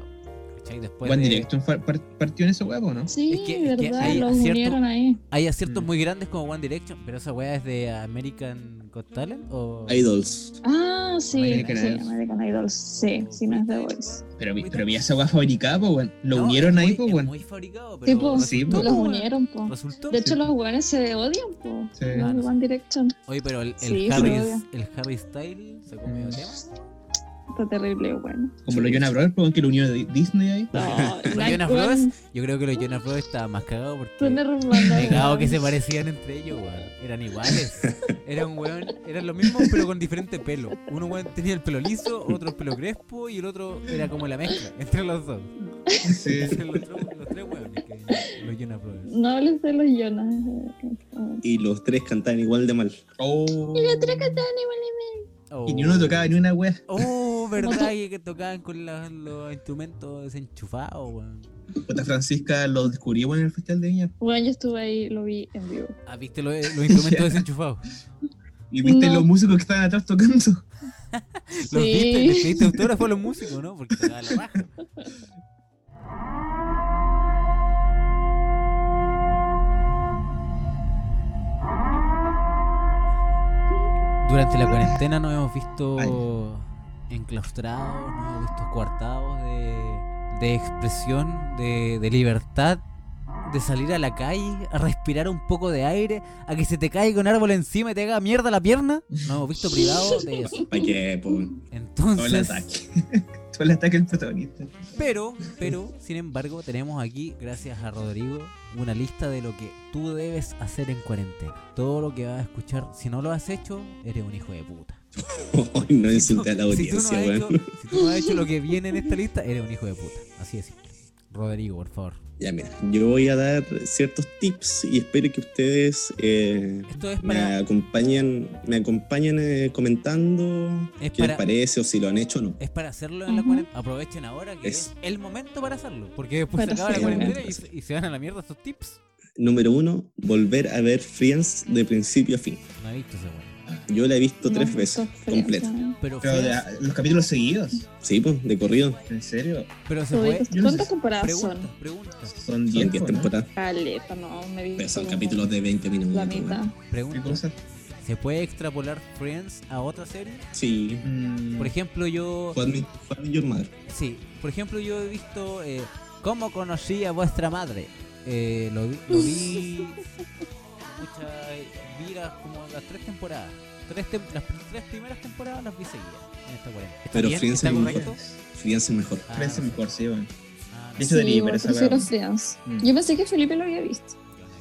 D: ¿cachai? Después
F: One
D: de-
F: Direction fa- par- partió en esa weá, po, ¿no?
E: Sí,
D: Es que- es que
E: verdad,
D: hay
E: los
D: acierto-
E: unieron ahí.
D: hay aciertos
F: Mm.
D: muy grandes como One Direction, pero esa weá es de American Got Talent o...
G: Idols.
E: Ah, sí,
F: American
E: sí,
F: Idols.
E: American Idol, sí, sí, no es The Voice.
F: Pero, vi- pero vi esa weá fabricada, po, weón. Lo unieron
D: es
F: ahí,
D: muy-
F: po,
D: es
F: weón.
D: muy fabricado, pero
E: Sí, po,
F: sí,
D: resultó,
F: po.
E: los
D: po, weón.
E: unieron, po.
D: Resultó.
E: De hecho, los weones se odian, po.
F: Sí.
E: Los de One Direction.
D: Oye, pero el, el
E: Sí,
D: Harry,
E: sí, obvio.
D: el Harry Style se comió
F: Mm.
D: tema.
E: Está terrible, bueno.
F: Como lo Jonah Brothers, po, weón, que lo unió de- Disney ahí.
D: [LAUGHS]
E: No,
D: Los
E: la-
D: Jonas
E: weón,
D: Bros. Yo creo que los Jonas Bros estaban más cagados
E: Son
D: porque
E: hermanos.
D: negado que
E: weón.
D: se parecían entre ellos, weón. Eran
F: [LAUGHS]
D: iguales. Eran weón, eran los mismos pero con diferente pelo. Uno weón tenía el pelo liso, otro el pelo crespo y el otro era como la mezcla entre los dos.
F: [LAUGHS] Sí.
D: Entre los, tres- los tres weones que hay, los Jonas Brothers.
E: No hables de los Jonas. eh,
G: Y los tres cantan igual de mal.
F: Oh.
D: Oh.
F: Y ni uno tocaba ni una weá. [LAUGHS]
D: Oh, verdad que que tocaban con la- los instrumentos desenchufados, weón.
F: Puta Francisca lo descubrió weón, en el Festival de Viña.
E: Bueno, yo estuve ahí, lo vi en vivo.
D: Ah, viste los, los
F: [LAUGHS]
D: instrumentos desenchufados.
F: Y viste
E: No.
F: los músicos que estaban atrás tocando. [LAUGHS]
D: Los viste, les
E: Sí.
D: pediste autógrafo a los músicos, ¿no? Porque te la raja. Durante la cuarentena nos hemos visto enclaustrados, nos hemos visto coartados de, de expresión, de, de libertad, de salir a la calle, a respirar un poco de aire, a que se te caiga un árbol encima y te haga mierda la pierna. No hemos visto privado
E: [LAUGHS]
D: de eso.
G: ¿Para qué?
D: [LAUGHS]
G: po? Todo el
D: Entonces,
G: ataque. [LAUGHS]
F: Todo el ataque del protagonista.
D: pero, pero, sin embargo, tenemos aquí, gracias a Rodrigo, una lista de lo que tú debes hacer en cuarentena. Todo lo que vas a escuchar, si no lo has hecho, eres un hijo de puta.
G: Ay, no insulté a la
D: Si tú no
G: audiencia,
D: has
G: weón.
D: hecho- si tú no has hecho lo que viene en esta lista, eres un hijo de puta. Así es. Rodrigo, por favor.
G: Ya, mira, yo voy a dar ciertos tips y espero que ustedes eh,
D: Esto es
G: me
D: para,
G: acompañen, me acompañen eh, comentando
D: Es
G: qué
D: para-
G: les parece o si lo han hecho o no.
D: es para hacerlo en la
E: Ujú.
D: cuarentena. Aprovechen ahora que es,
G: Es-
D: el momento para hacerlo. Porque después se
E: Para
D: acaba la
G: hacerlo.
D: cuarentena y, se- y se van a la mierda estos tips.
G: Número uno, volver a ver Friends de principio a fin.
D: No he visto ese weón.
G: Yo la he visto
E: No,
G: tres veces,
E: esto es
G: completa.
E: frío, weón.
D: Pero,
F: Pero
D: Friends-
F: ya, los capítulos seguidos.
G: Sí, pues, de corrido.
F: ¿En serio?
D: pero se fue.
F: yo no sé.
E: ¿Cuántas temporadas
D: Pregunta,
E: son?
D: pregunta,
F: Son
G: Son
F: 10
D: pues, ¿eh?
G: 10 temporadas.
E: Caleta, no, me vi.
G: Pero son
E: como
G: capítulos de 20 minutos.
E: La mitad.
G: weón.
F: ¿Qué
D: pregunta.
F: cosa?
D: ¿Se puede extrapolar Friends a otra serie?
G: Sí.
F: Mm,
D: Por ejemplo, yo.
G: Juan mi, Juan mi Your Mother.
D: Sí, por ejemplo, yo he visto eh, ¿Cómo conocí a vuestra madre? Eh, lo, vi- lo vi. pucha, eh, vi las, como las tres temporadas. Tres tem- las pr- tres primeras temporadas las vi seguidas en esta cuarentena. ¿Está
G: Pero
D: bien?
G: Friends
D: ¿Está
G: es mejor.
D: correcto?
G: Friends es mejor.
D: Ah,
F: Friends es mejor, sí, bueno.
D: ah,
F: De
D: no,
F: hecho,
E: Sí,
F: tenía,
E: weón,
F: pero esa
E: prefiero
F: weón.
E: Friends.
F: Mm.
E: Yo pensé que Felipe lo había visto.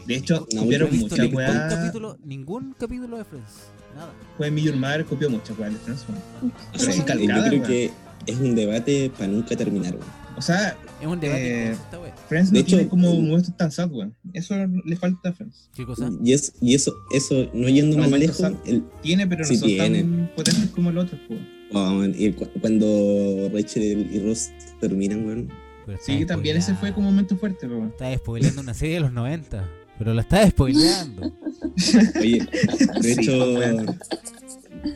F: De hecho,
G: No,
D: no he
G: yo
F: copiaron
G: he
D: visto
F: muchas
D: ningún
F: weas.
D: capítulo, ningún capítulo de Friends. Nada.
F: Fue Millor Mother copió muchas weas de Friends, weón.
G: O sea,
F: Sí, calcada,
G: yo creo
F: weón.
G: que es un debate para nunca terminar. weón.
F: O sea,
D: Es un debate
F: Eh,
D: intenso esta wea.
F: Friends
G: De
F: no
G: hecho-
F: tiene como momentos tan sad, weón. Eso le falta a Friends.
D: ¿Qué cosa?
G: Y, es, y eso, eso, no yendo
F: No,
G: más
F: me
G: lejos,
F: pasa-
G: el,
F: Tiene, pero no
G: Sí
F: son
G: tiene.
F: tan potentes como los otros, weón.
G: oh, man, y cu- cuando Rachel y Ross terminan, weón.
D: Pero
F: Sí, que
D: está
F: también ese fue
D: spoileando.
F: como un momento fuerte, weón.
D: Está spoileando una serie de los 90. Pero la está spoileando.
F: [LAUGHS]
G: Oye, de
F: Sí, pues,
G: hecho,
F: weón.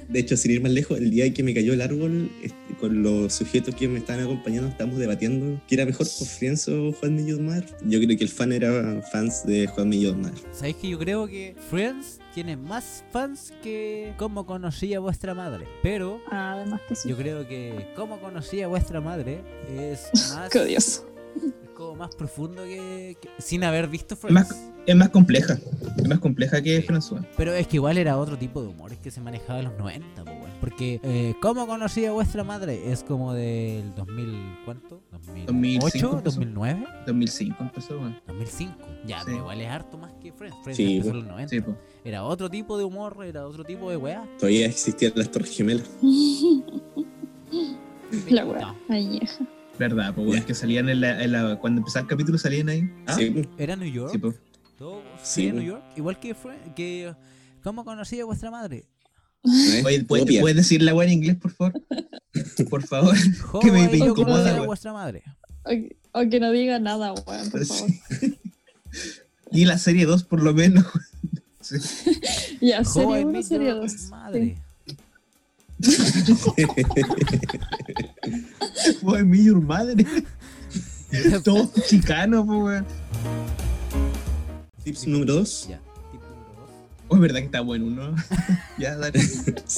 G: de hecho, sin ir más lejos, el día que me cayó el árbol, este, con los sujetos que me estaban acompañando, estábamos debatiendo qué era mejor, por Friends o Juan Millón Mar. Yo creo que el fan era fans de Juan Millón Mar.
D: Sabéis que yo creo que Friends tiene más fans que Cómo conocí a vuestra madre. Pero
E: Ah, además que sí.
D: yo creo que Cómo conocí a vuestra madre es más,
E: Qué odioso.
D: es como más profundo que, que- sin haber visto Friends.
F: Más- Es más compleja. Es más compleja que Friends, weón.
D: Pero es que igual era otro tipo de humor que se manejaba en los 90, po, weón. Porque eh, Cómo conocí a vuestra madre es como del 2000, ¿cuánto?
F: 2005
D: 2008,
F: empezó.
D: 2009,
F: 2005 empezó, weón.
D: 2005. Ya,
F: Sí.
D: pero igual es harto más que Friends. Friends
G: Sí,
D: empezó en
G: po.
D: los 90.
F: Sí, pues.
D: Era otro tipo de humor, era otro tipo de weá.
G: Todavía existían las Torres Gemelas.
E: La weá.
D: No,
E: Añeja.
F: Verdad, pues, weón.
G: Ya.
F: Que salían en la, en la- Cuando empezaba el capítulo salían ahí. ¿Ah?
G: Sí,
D: era New York.
F: Sí, pues.
D: Todo
G: Sí,
D: en
G: po.
D: New York. Igual que fue que ¿Cómo conocí a vuestra
F: [LAUGHS]
D: madre?
G: ¿no
F: Oye,
G: es?
F: ¿puedes,
G: Copia.
F: puedes decir la weá en inglés, por favor? Por favor.
D: ¿Cómo
F: me- me
D: yo
F: incomoda,
D: conocí a
F: weón.
D: vuestra madre?
E: O, o que no diga nada, weón,
D: [LAUGHS]
E: por favor.
F: Y la serie 2 por lo menos. [LAUGHS]
E: Ya, serie
D: Joven,
E: 1,
D: mi
E: serie
D: yo-
E: 2.
D: [LAUGHS] Madre.
F: Fue mi your madre. Todo chicano, pues, weón.
G: [LAUGHS] Tips número dos.
D: [LAUGHS] Ya.
F: [LAUGHS]
D: Tipo [LAUGHS] número dos.
F: Oh, es verdad que está bueno, ¿no? [LAUGHS] ya, dale.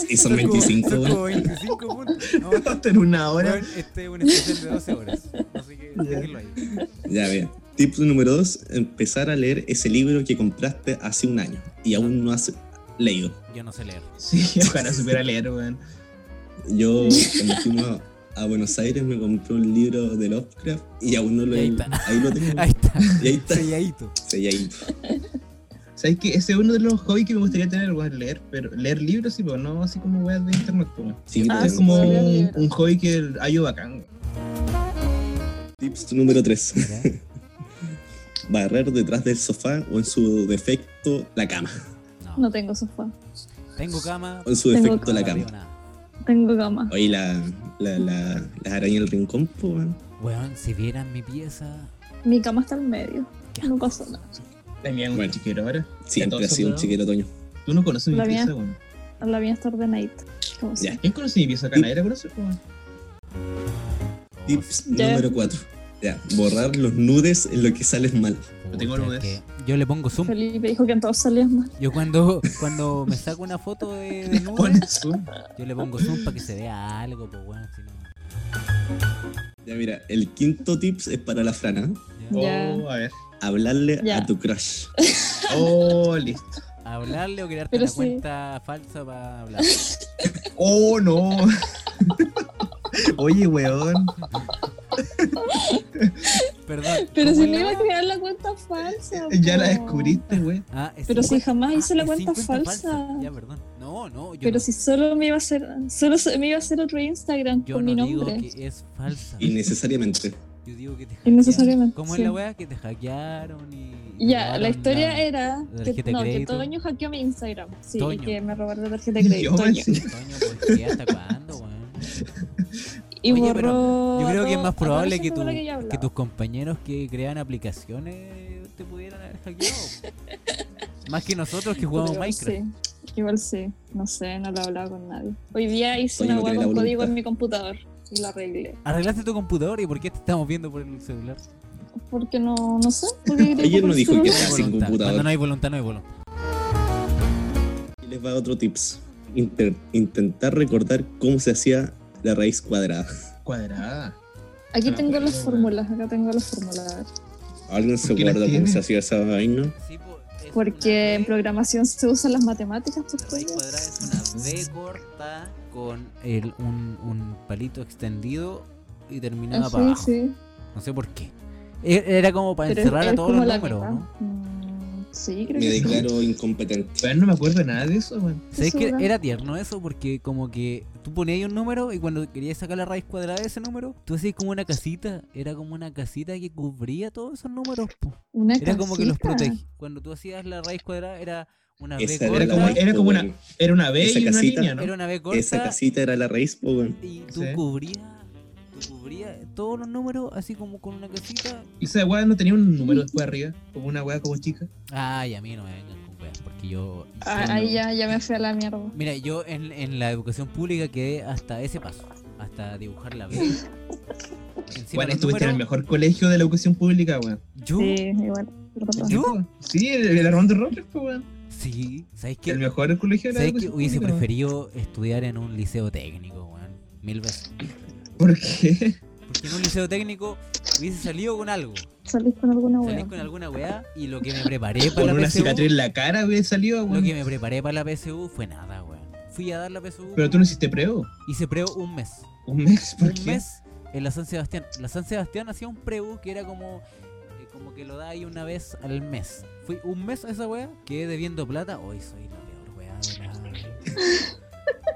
G: Y son 25,
D: Son
G: weón.
D: como 25
F: [LAUGHS]
D: puntos. No, está-
F: Hasta en una hora.
D: weón, este es un especial de 12 horas. Así que
F: Ya.
D: déjenlo ahí.
G: Ya, bien. Tip número dos, empezar a leer ese libro que compraste hace un año y aún no has leído.
D: Yo no sé
F: [LAUGHS]
D: leer.
F: Sí, ojalá supiera leer, weón.
G: Yo, cuando fuimos a- a Buenos Aires, me compré un libro de Lovecraft y aún no lo he
D: Ahí
G: ahí,
D: está.
G: lo tengo.
D: [LAUGHS] Ahí está.
G: Y ahí está.
D: Selladito.
G: Sí, ahí.
F: ¿Sabes qué? Ese es uno de los hobbies que me gustaría tener, weón, leer, pero leer libros, sí, pero no así como weas de internet, pues, weón.
G: Sí,
E: Ah,
G: tengo.
F: Es como
E: leer
F: un,
E: libros.
F: un hobby que hay bacán, weón.
G: Tips número tres.
D: Mira.
G: Barrer detrás del sofá o en su defecto la cama.
E: No
D: No.
E: tengo sofá.
D: Tengo cama.
G: O en su
E: Tengo
G: defecto
E: cama.
G: la
D: no veo
G: cama.
D: nada.
E: Tengo cama.
G: Oye, la, la, la, las arañas del rincón, po, weón.
D: Weón, si vieran mi pieza.
E: Mi cama está en medio.
D: Qué
E: No pasó nada.
F: También un
G: Bueno.
F: chiquero ahora.
G: Siempre ha
F: Entonces,
G: sido un
F: weón.
G: chiquero otoño.
F: Tú no conoces mi
E: La
F: pieza,
E: mía.
F: weón.
E: La mía está ordenadita. Como
G: Ya.
F: ¿Quién conoce mi pieza acá? Nadie la conoce, pues? weón.
D: Oh,
G: Tips
E: Ya.
G: número 4. Ya, borrar los nudes en lo que sales mal.
D: puta,
F: tengo
D: es
F: nubes.
D: que Yo le pongo zoom.
E: Felipe dijo que en todos salías mal.
D: Yo cuando, [LAUGHS] cuando me saco una foto
E: Oh,
D: de, de nudes,
F: Pones, weón.
D: yo le pongo zoom para que se vea algo, pues bueno, si no.
G: Ya mira, el quinto tips es para la frana.
E: [LAUGHS] Ya.
F: Oh, a ver.
G: Hablarle
E: Ya.
G: a tu crush.
F: Oh, listo.
D: Hablarle o crearte
E: Pero
D: una
E: sí.
D: cuenta falsa para hablar.
F: Oh, no. [LAUGHS] Oye, weón.
D: Perdón.
E: [LAUGHS] Pero si
D: ¿cómo
E: me
D: era?
E: iba a crear la cuenta falsa.
D: Eh,
F: Ya la
E: po.
F: descubriste, weón.
D: Ah, es
E: Pero si
D: cincuenta-
E: jamás hice la
D: es
E: cuenta
D: cincuenta
E: falsa.
D: Ya, perdón. No, no, yo
E: Pero
D: no,
E: si solo me iba a hacer, solo se- me iba a hacer otro Instagram
D: yo
E: con
D: no
E: mi
D: digo
E: nombre.
D: que es falsa.
E: [LAUGHS]
G: Innecesariamente.
D: Yo digo que te hackearon.
E: Innecesariamente,
D: ¿Cómo
E: sí.
D: es la weá? Que te hackearon y. y
E: Ya,
D: robaron
E: la historia
D: la-
E: era
D: la
E: que,
D: tarjeta de
E: no, que
D: crédito.
E: Toño hackeó mi Instagram. Sí, y
D: Toño.
E: que me robaron la tarjeta de
F: Yo
E: crédito. Toño.
F: pensé-
D: Coño, ¿por qué? ¿Hasta cuándo, weón?
E: Y
D: Oye, pero
E: borró.
D: Yo
E: a
D: creo que es
E: todo-
D: más
E: a toda
D: probable
E: la
D: que,
E: gente
D: tu-
E: con la yo
D: que
E: hablaba.
D: tus compañeros que crean aplicaciones te pudieran haber
E: [LAUGHS]
D: hackeado. Más que nosotros que jugamos
E: Pero
D: Minecraft.
E: Sí, igual sí. No sé, no lo he hablado con nadie. Hoy día hice una
G: Toño no
E: web
G: tiene la
E: con código
G: voluntad.
E: en mi computador y lo arreglé.
D: ¿Arreglaste tu computador y por qué te estamos viendo por el celular?
E: Porque no, no sé. Porque
G: Ayer no
E: [LAUGHS]
G: dijo que-
D: No hay
G: Sin
D: voluntad.
G: computador.
D: Cuando no hay voluntad, no hay voluntad.
G: Y les va otro tips. Inter- intentar recordar cómo se hacía la raíz cuadrada.
F: Cuadrada.
E: Aquí
F: Ah,
E: tengo las
F: bueno.
E: fórmulas, acá tengo las fórmulas. a ver.
G: ¿Alguien se
F: ¿Por qué la
G: acuerda cómo
F: tiene?
G: se hacía esa vaina?
D: Sí, po, es
E: Porque en
D: una raíz-
E: programación se usan las matemáticas, pues,
D: raíz
E: coño.
D: cuadrada es una B corta con el, un, un palito extendido y terminaba para
E: Ah, Sí,
D: abajo.
E: sí.
D: No sé por qué. E- Era como para
E: Pero es,
D: encerrar a
E: es
D: todos
E: como
D: los
E: la
D: números,
E: mitad.
D: ¿no?
E: Mm, sí, creo
G: Me
E: que sí.
G: declaro incompetente.
F: Weón, no me acuerdo de nada de eso, weón.
D: ¿Sabes
E: Eso
D: que
E: era.
D: era tierno eso? Porque como que tú ponías ahí un número y cuando querías sacar la raíz cuadrada de ese número, tú hacías como una casita. Era como una casita que cubría todos esos números. po.
E: Una
D: Era como que los
E: casita.
D: protegía. Cuando tú hacías la raíz cuadrada era una B
G: Esa
D: corta.
G: era
D: Era,
G: la
F: como-
G: raíz.
F: era como
G: po,
F: una-
G: weón.
F: Era una B
G: Esa
F: y una
G: casita
F: línea, ¿no?
D: una B corta
G: Esa casita era la raíz, po, weón.
D: y tú
F: Sí.
D: cubrías tú cubrías todos los números así como con una casita.
F: Y esa weá no tenía un número después arriba, como una weá como chica.
D: Ay, a mí no me vengan con weas, porque yo...
E: Ah,
D: yo-
E: ahí ya, ya me fui a la mierda.
D: Mira, yo en, en la educación pública quedé hasta ese paso, hasta dibujar la B. Encima
F: bueno,
D: los
F: estuviste en el
D: números,
F: mejor colegio de la educación pública, weón.
D: Yo,
E: Sí, igual. perdón.
D: ¿Yo?
F: Sí, el, el Armando Rogers, pues, weón.
D: sí, ¿sabéis
F: El
D: qué?
F: mejor colegio de la
D: ¿Sabéis que
F: educación
D: hubiese
F: pública, weón.
D: preferido estudiar en un liceo técnico, weón? Mil veces.
F: ¿Por qué?
D: Porque en un liceo técnico hubiese salido con algo.
E: ¿Salís con alguna
D: Salís
E: wea?
D: con alguna weá y lo que me preparé
F: Con
D: para la
F: una
D: PSU,
F: cicatriz en la cara, weón, salió,
D: lo
F: weón.
D: que me preparé para la PSU fue nada, weón. Fui a dar la PSU
F: Pero tú no hiciste preo.
D: y se preo un mes.
F: Un mes, ¿por
D: un
F: qué?
D: mes en la San Sebastián. La San Sebastián hacía un preu que era como eh, como que lo da ahí una vez al mes. Fui un mes a esa wea, quedé debiendo plata. Hoy soy la peor wea de la.
F: [LAUGHS]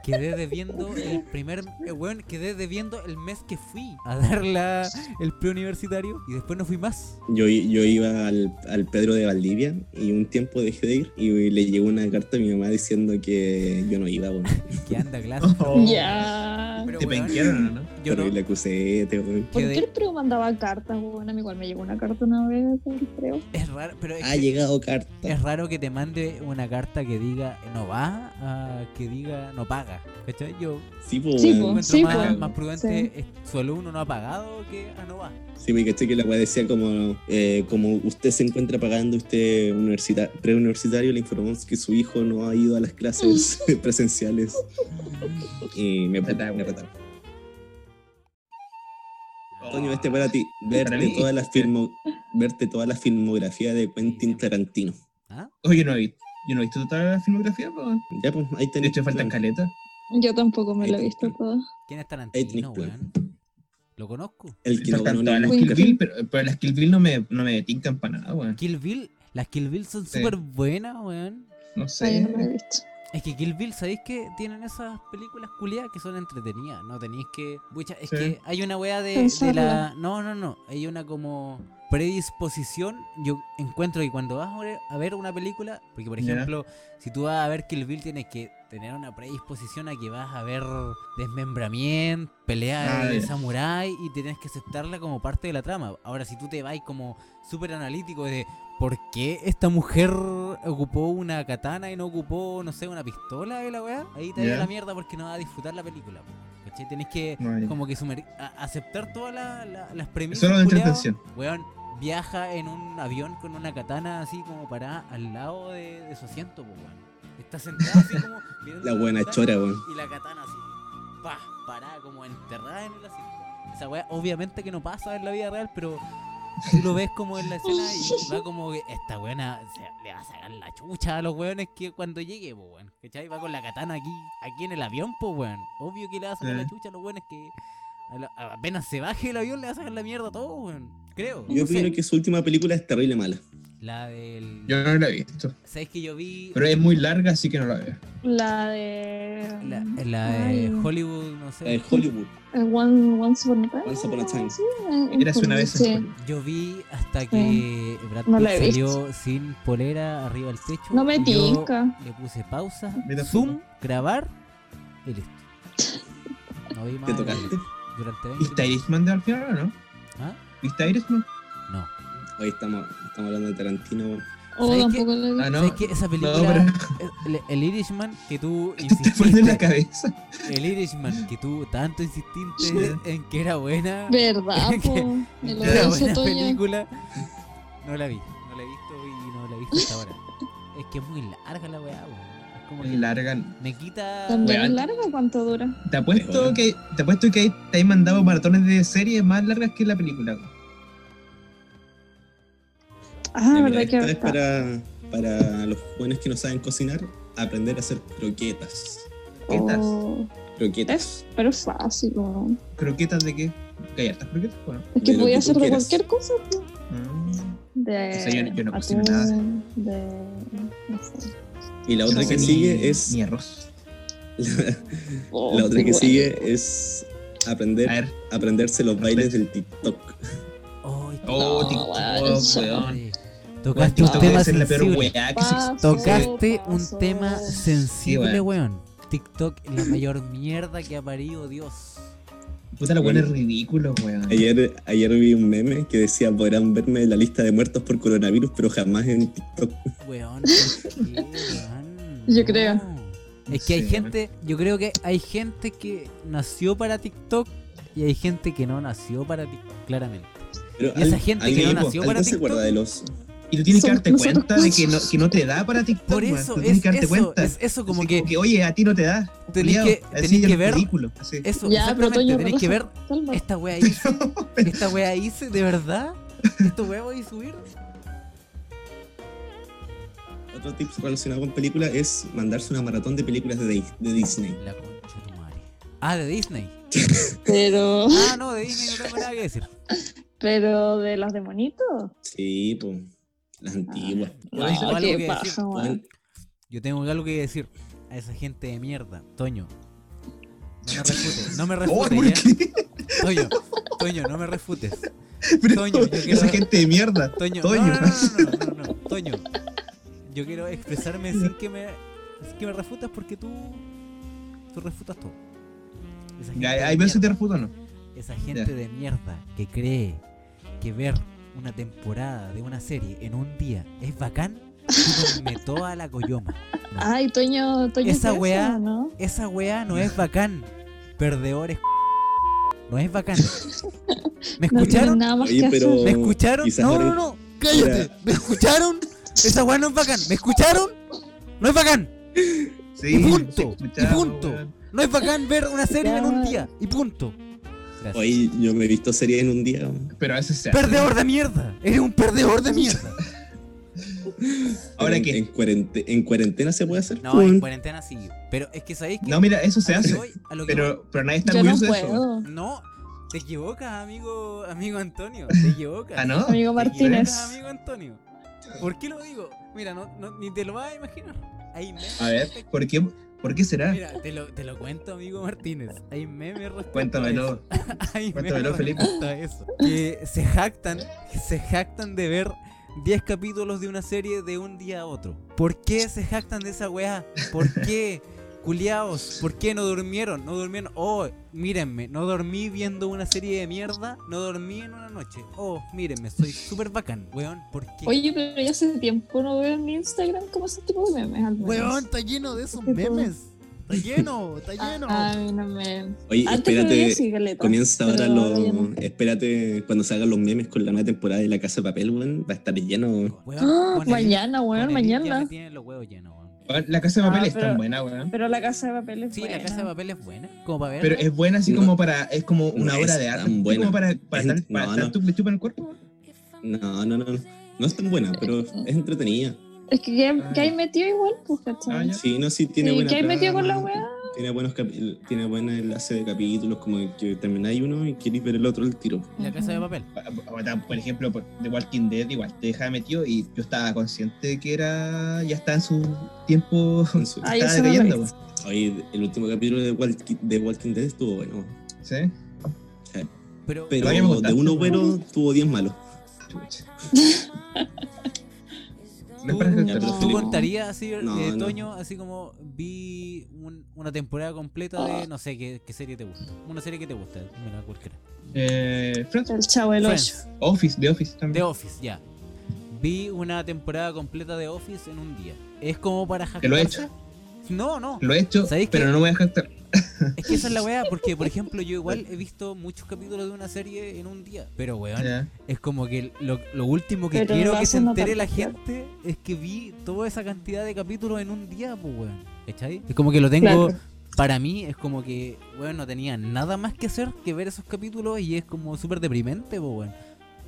D: Quedé debiendo el primer. eh, weón, quedé debiendo el mes que fui a dar la, el preuniversitario y después no fui más.
G: Yo, yo iba al, al Pedro de Valdivia y un tiempo dejé de ir y le llegó una carta a mi mamá diciendo que yo no iba, weón.
D: Que anda clase.
F: [LAUGHS] Oh.
E: Ya.
D: Pero,
F: Te
D: weón,
F: penquearon, ¿no?
D: yo no.
G: Pero la acusete, weón.
E: ¿Por qué
D: quedé-
E: el preo mandaba cartas? Bueno, a mí igual me llegó una carta una vez por el preo.
D: Es raro, pero es
G: Ha
F: Ah,
D: que-
G: llegado carta.
D: Es raro que te mande una carta que diga no va, a que diga no paga. ¿Cachai? Yo
G: Sí, po,
E: Sí,
G: weón.
E: po.
D: encuentro más,
G: po.
D: más prudente es su alumno no ha pagado que ah, no va.
G: Sí, me caché que la weá decía como, eh, como usted se encuentra pagando usted universita- preuniversitario, le informamos que su hijo no ha ido a
E: [LAUGHS]
G: las clases [LAUGHS] presenciales. Y me,
F: Puta,
G: me
F: weón.
G: retaron. Toño, este para ti. Verte
F: mí.
G: toda, la filmo- verte toda la filmografía de Quentin Tarantino.
F: Oye, no he visto. Yo no he visto toda la filmografía, po, weón.
G: Ya, pues, ahí
F: De
G: tenés.
F: hecho, faltan
G: plan.
F: caletas.
E: Yo tampoco me lo he
G: Ahí
E: visto
G: está.
E: todo.
D: ¿Quién es
G: Ahí tenés
D: Tarantino,
G: plan.
D: weón? Lo conozco.
G: El que no ganó
F: Faltan todas las
G: ningún
F: Kill
E: Queen.
F: Bill, pero, pero las Kill Bill no me, no me tincan para nada, weón.
D: Kill Bill, las Kill Bill son
F: Sí.
D: súper buenas, weón.
F: No
E: Ay,
F: sé.
E: no me lo he visto.
D: Es que Kill Bill, ¿sabéis que tienen esas películas culiadas que son entretenidas? No tenéis que. Pucha, es
F: Sí.
D: que hay una wea de, de la.
E: Pensarla.
D: No, no, no. Hay una como predisposición. Yo encuentro que cuando vas a ver- a ver una película, porque por
F: Ya.
D: ejemplo, si tú vas a ver Kill Bill, tienes que tener una predisposición a que vas a ver desmembramiento, pelea
F: Ah,
D: de
F: ya.
D: samurái y tienes que aceptarla como parte de la trama. Ahora, si tú te vas como súper analítico de por qué esta mujer ocupó una katana y no ocupó, no sé, una pistola de la weá, ahí te da
F: Ya.
D: la mierda porque no vas a disfrutar la película. po, ¿Cachai? Tenés que
F: Vale.
D: como que sumer- a- aceptar todas la- la- las premisas.
F: Solo la
D: culiao.
F: interpretación.
D: Weón, viaja en un avión con una katana así como parada al lado de, de su asiento, po, weón. Está sentado así como mirando
G: [LAUGHS] [LAUGHS] La buena
D: katana
G: chora, weón.
D: Y la katana así, pa, parada como enterrada en el asiento. Esa weá obviamente que no pasa en la vida real, pero tú lo ves como en la escena y va como que esta weona se- le va a sacar la chucha a los weones que cuando llegue, po, weón. ¿Cachai? Va con la katana aquí, aquí en el avión, po, weón. Obvio que le va a sacar
F: Sí.
D: la chucha a los weones que a la- a- apenas se baje el avión le va a sacar la mierda a todo, weón. Creo.
G: Yo
D: no sé.
G: opino que su última película es terrible mala.
D: La del...
F: Yo no la he visto.
D: ¿Sabes que yo vi
F: Pero es muy larga, así que no la veo.
E: La de.
D: la, la de
E: Ay,
D: Hollywood, no
G: La de
D: sé?
G: Hollywood.
E: eh, One- Once Upon a Time.
G: Once Upon a Time.
E: Sí, eh,
F: Era una vez.
E: sí.
F: en Hollywood.
D: Yo vi hasta que Brad Pitt
E: No la he
D: salió sin polera arriba del techo.
E: No me
D: Yo
E: tinca.
D: Le puse pausa,
F: Mira,
D: zoom, grabar y listo. No vi más
G: ¿Te tocaste?
D: durante 20
F: ¿Viste Irishman de al final o no?
D: ¿Ah?
F: ¿Viste Irishman?
D: No.
G: Hoy estamos, estamos hablando de Tarantino.
E: O
G: weón.
D: ¿Sabes
E: Oh, tampoco la vi.
F: Ah, no.
D: ¿Sabes qué? Esa película, el, el Irishman que tú
F: [LAUGHS] Te pones en la
D: insististe,
F: cabeza.
D: el Irishman que tú tanto insististe en que era buena, [LAUGHS]
E: ¿Verdad, po? Me lo
D: Ah. era
E: hizo
D: buena
E: Toño.
D: película, no la vi, no la he visto y no la he visto hasta ahora. Es que es muy larga la weá, weón. es como
F: Muy
D: que
F: larga.
D: me quita...
E: ¿También es
F: Weón.
E: larga o cuánto dura?
F: Te apuesto que, te apuesto que te has mandado
G: Mm.
F: maratones de series más largas que la película. güey.
E: Ah,
G: Ya, mira,
E: verdad que
G: esta es
E: ahorita.
G: para, para los jóvenes que no saben cocinar, aprender a hacer croquetas.
F: croquetas.
E: Oh,
G: Croquetas.
E: pero es fácil, ¿no?
F: ¿Croquetas de qué? ¿Hay hartas croquetas? Bueno. mm.
E: Es que
G: De lo
E: podía
G: que
E: hacer
G: tú
E: de
G: quieras.
E: cualquier cosa, po. De.
F: O sea, yo- yo no cocino
E: atún,
F: nada.
E: De. No sé.
G: Y la otra que sigue es.
F: Ni arroz.
E: Oh,
G: La otra que
E: bueno.
G: sigue es aprender
F: A ver.
G: aprenderse los bailes del TikTok.
D: Ay,
F: Oh,
E: No,
F: TikTok,
E: weón, ya.
F: weón.
D: Oye, Tocaste un
F: TikTok
D: tema
F: es la peor
D: sensible.
F: weá que se
E: Paso,
D: Tocaste un
E: paso.
D: tema sensible,
F: Sí,
D: weón. TikTok es la mayor mierda que ha parido Dios.
F: Puta la buena es ridículo, weón.
G: Ayer, ayer vi un meme que decía podrán verme en la lista de muertos por coronavirus, pero jamás en TikTok.
D: Weón, ¿por qué, weón?
E: Yo creo.
D: No. Es que hay
F: Sí,
D: gente, yo creo que hay gente que nació para TikTok y hay gente que no nació para TikTok, claramente.
G: Pero
D: Y esa gente que
G: alguien-
D: no nació
G: alguien
D: para
G: se
D: TikTok.
G: acuerda del oso.
F: Y tú tienes que
E: Somos
F: darte
E: nosotros.
F: cuenta de que no, que no te da para TikTok.
D: Por
F: weón.
D: eso,
F: Tú tienes
D: es
F: que darte
D: eso,
F: cuenta.
D: es eso, como
F: Así
D: que
F: oye, a ti no te da.
D: tenés
F: culiao.
D: que,
F: Así
D: tenés
F: es
D: que ver,
F: ridículo.
D: [LAUGHS]
F: Así.
D: eso,
E: Ya, pero
D: exactamente,
E: Toño,
D: tenés que ver
E: relaja, calma.
D: Esta wea hice.
F: [LAUGHS] Oh,
D: Esta wea hice, de verdad. Esta wea voy a subir.
G: Otro tip relacionado con películas es mandarse una maratón de películas de, Dis- de Disney.
D: La concha de tu madre. Ah, de Disney.
E: Pero.
D: Ah, no, de Disney no tengo nada que decir.
E: Pero de las demonitos.
G: Sí, pues.
D: Ah,
G: Las antiguas.
D: Yo tengo algo
E: qué
D: que
E: paja,
D: decir.
E: weón.
D: Yo tengo algo que decir a esa gente de mierda, Toño. No me refutes, no me
F: Oh, ¿por
D: refutes, ya.
F: qué? [LAUGHS]
D: Toño, Toño, no me refutes.
F: Pero
D: Toño, yo quiero-
F: Esa gente de mierda.
D: Toño,
F: Toño.
D: No, no, no, no, no, no, no, Toño. Yo quiero expresarme sin que me, sin que me refutas porque tú, tú refutas todo. Esa gente de
F: Hay hay veces
D: mierda.
F: te refuto o no.
D: Esa gente
F: Ya.
D: de mierda que cree que ver una temporada de una serie en un día es bacán, me toda la coyoma. No.
E: Ay, Toño, Toño.
D: Esa
E: Plaza,
D: weá-
E: ¿no?
D: Esa weá no es bacán. Perdedores. [LAUGHS] No es bacán. ¿Me
E: No tienen
D: escucharon?
E: nada más
G: Oye,
E: que
G: pero-
E: hacer.
D: ¿Me escucharon?
G: Quizás
D: No,
G: ahora-
D: no, no. Cállate. ¿Me escucharon? Esa weá no es bacán. ¿Me escucharon? No es bacán. Y
F: Sí, sí,
D: punto. Y
F: escuchaba,
D: punto.
F: weón.
D: No es bacán ver una serie en un
E: Ya.
D: día. Y punto. Gracias.
G: Hoy yo me he visto series en un día. weón.
F: Pero a veces se hace.
D: Perdedor de mierda. Eres un perdedor de mierda.
F: Ahora
G: en,
F: que.
G: En cuarentena, en cuarentena se puede hacer. pues.
D: No,
G: weón.
D: en cuarentena sí. Pero es que sabéis que.
F: No, mira, eso se
D: a lo que
F: hace.
D: voy, a lo que
F: Pero, pero nadie está
E: Yo no
F: orgulloso de eso.
E: puedo.
D: voy- No, te equivocas, amigo, amigo Antonio. Te equivocas.
F: Ah, ¿no?
E: Amigo
D: Te equivocas,
E: Martínez.
D: amigo Antonio. ¿Por qué lo digo? Mira, no, no- ni te lo vas a imaginar. Hay memes.
F: A ver,
D: respecto-
F: ¿por qué, por qué será?
D: Mira, te lo, te lo cuento, amigo Martínez. Hay memes respecto
G: pues.
D: a eso.
F: Cuéntamelo.
D: Ay,
F: Cuéntamelo,
D: me
F: Felipe.
D: encanta eso. Que se jactan, que se jactan de ver 10 capítulos de una serie de un día a otro. ¿Por qué se jactan de esa weá? ¿Por qué? [LAUGHS] Culiaos, ¿por qué no durmieron? No durmieron. Oh, mírenme, no dormí viendo una serie de mierda, no dormí en una noche. Oh, mírenme, soy súper bacán, weón. ¿Por qué?
E: Oye, pero ya hace tiempo no veo en Instagram como ese tipo de memes. al menos.
D: weón, está lleno de esos memes. Está lleno, está
E: Ah,
D: lleno.
E: A mí no me.
G: Oye,
E: Antes lo veía
G: espérate.
E: así, Galeta.
G: Comienza ahora
E: pero
G: los.
E: ya no.
G: Espérate cuando salgan los memes con la nueva temporada de La Casa de Papel, weón. Va a estar lleno.
D: Weón,
E: Ah, [GASPS]
D: con el-
E: mañana,
D: con
E: weón,
D: el India
E: mañana.
D: me tienen los huevos llenos, weón.
F: Weón, La casa de papel
I: Ah,
F: es
I: pero-
F: tan buena, weón.
E: eh,
I: Pero la casa de papel es
D: Sí,
I: buena.
D: la casa de papel es buena. Como para ver.
F: Pero es buena así
G: No.
F: como para. Es como
G: No
F: una
G: es
F: obra de arte.
G: tan
F: así
G: buena.
F: Como para, para
G: Es-
F: estar, para
G: no,
F: estar
G: no.
F: tú le chupa el cuerpo, weón.
G: No, no, no. no. No es tan buena, pero es entretenida.
E: Es que que, que hay metido igual, pues,
F: Ah,
E: ¿cachai?
F: ya.
G: Sí, no, sí, tiene
E: Sí,
G: buena
E: ¿qué hay metido con
G: trama,
E: la weá?
G: Tiene, buenos capi- tiene buen enlace de capítulos, como que termináis uno y queréis ver el otro al tiro.
D: La casa de papel.
F: Pa- pa- pa- Por ejemplo, por- The Walking Dead igual te deja metido y yo estaba consciente de que era. Ya está en su tiempo.
G: Entonces,
E: Ah,
I: Ay,
F: estaba
I: eso no
F: debiendo,
I: me-
F: weón.
G: oye, el último capítulo de Walking, de Walking Dead estuvo bueno.
F: ¿Sí?
D: Pero,
G: Pero
F: Vaya, me
G: de
F: contaste,
G: uno
F: ¿no?
G: bueno, tuvo 10 malos.
F: [LAUGHS] Chucha.
D: ¿Tú,
F: No es para
D: tú
F: contar.
G: pero Felipe-
D: contarías así, eh,
G: No, no.
D: Toño, así como vi un- una temporada completa
G: Ah.
D: de no sé qué, qué serie te gusta? Una serie que te gusta, dímela cualquiera.
F: Eh, Friends.
I: El chavo del ocho.
D: Friends,
F: Office, de Office
D: The
F: también.
D: Office, ya. Vi una temporada completa de Office en un día. ¿Es como para
F: Que lo he
D: jactarse? No,
G: [LAUGHS]
D: no.
F: Lo he hecho,
D: ¿Sabéis
F: pero
D: qué?
F: no voy a jactar.
D: Es que esa es la weá, porque por ejemplo yo
G: [LAUGHS]
D: igual he visto muchos capítulos de una serie en un día. Pero weón,
F: Ya.
D: es como que lo, lo último que
I: Pero
D: quiero
I: lo
D: que se
I: hacen no
D: entere la
I: tantear.
D: gente es que vi toda esa cantidad de capítulos en un día, pues weón. ¿Cachai? Es como que lo tengo,
I: Claro.
D: para mí es como que, weón, no tenía nada más que hacer que ver esos capítulos y es como súper deprimente, pues weón.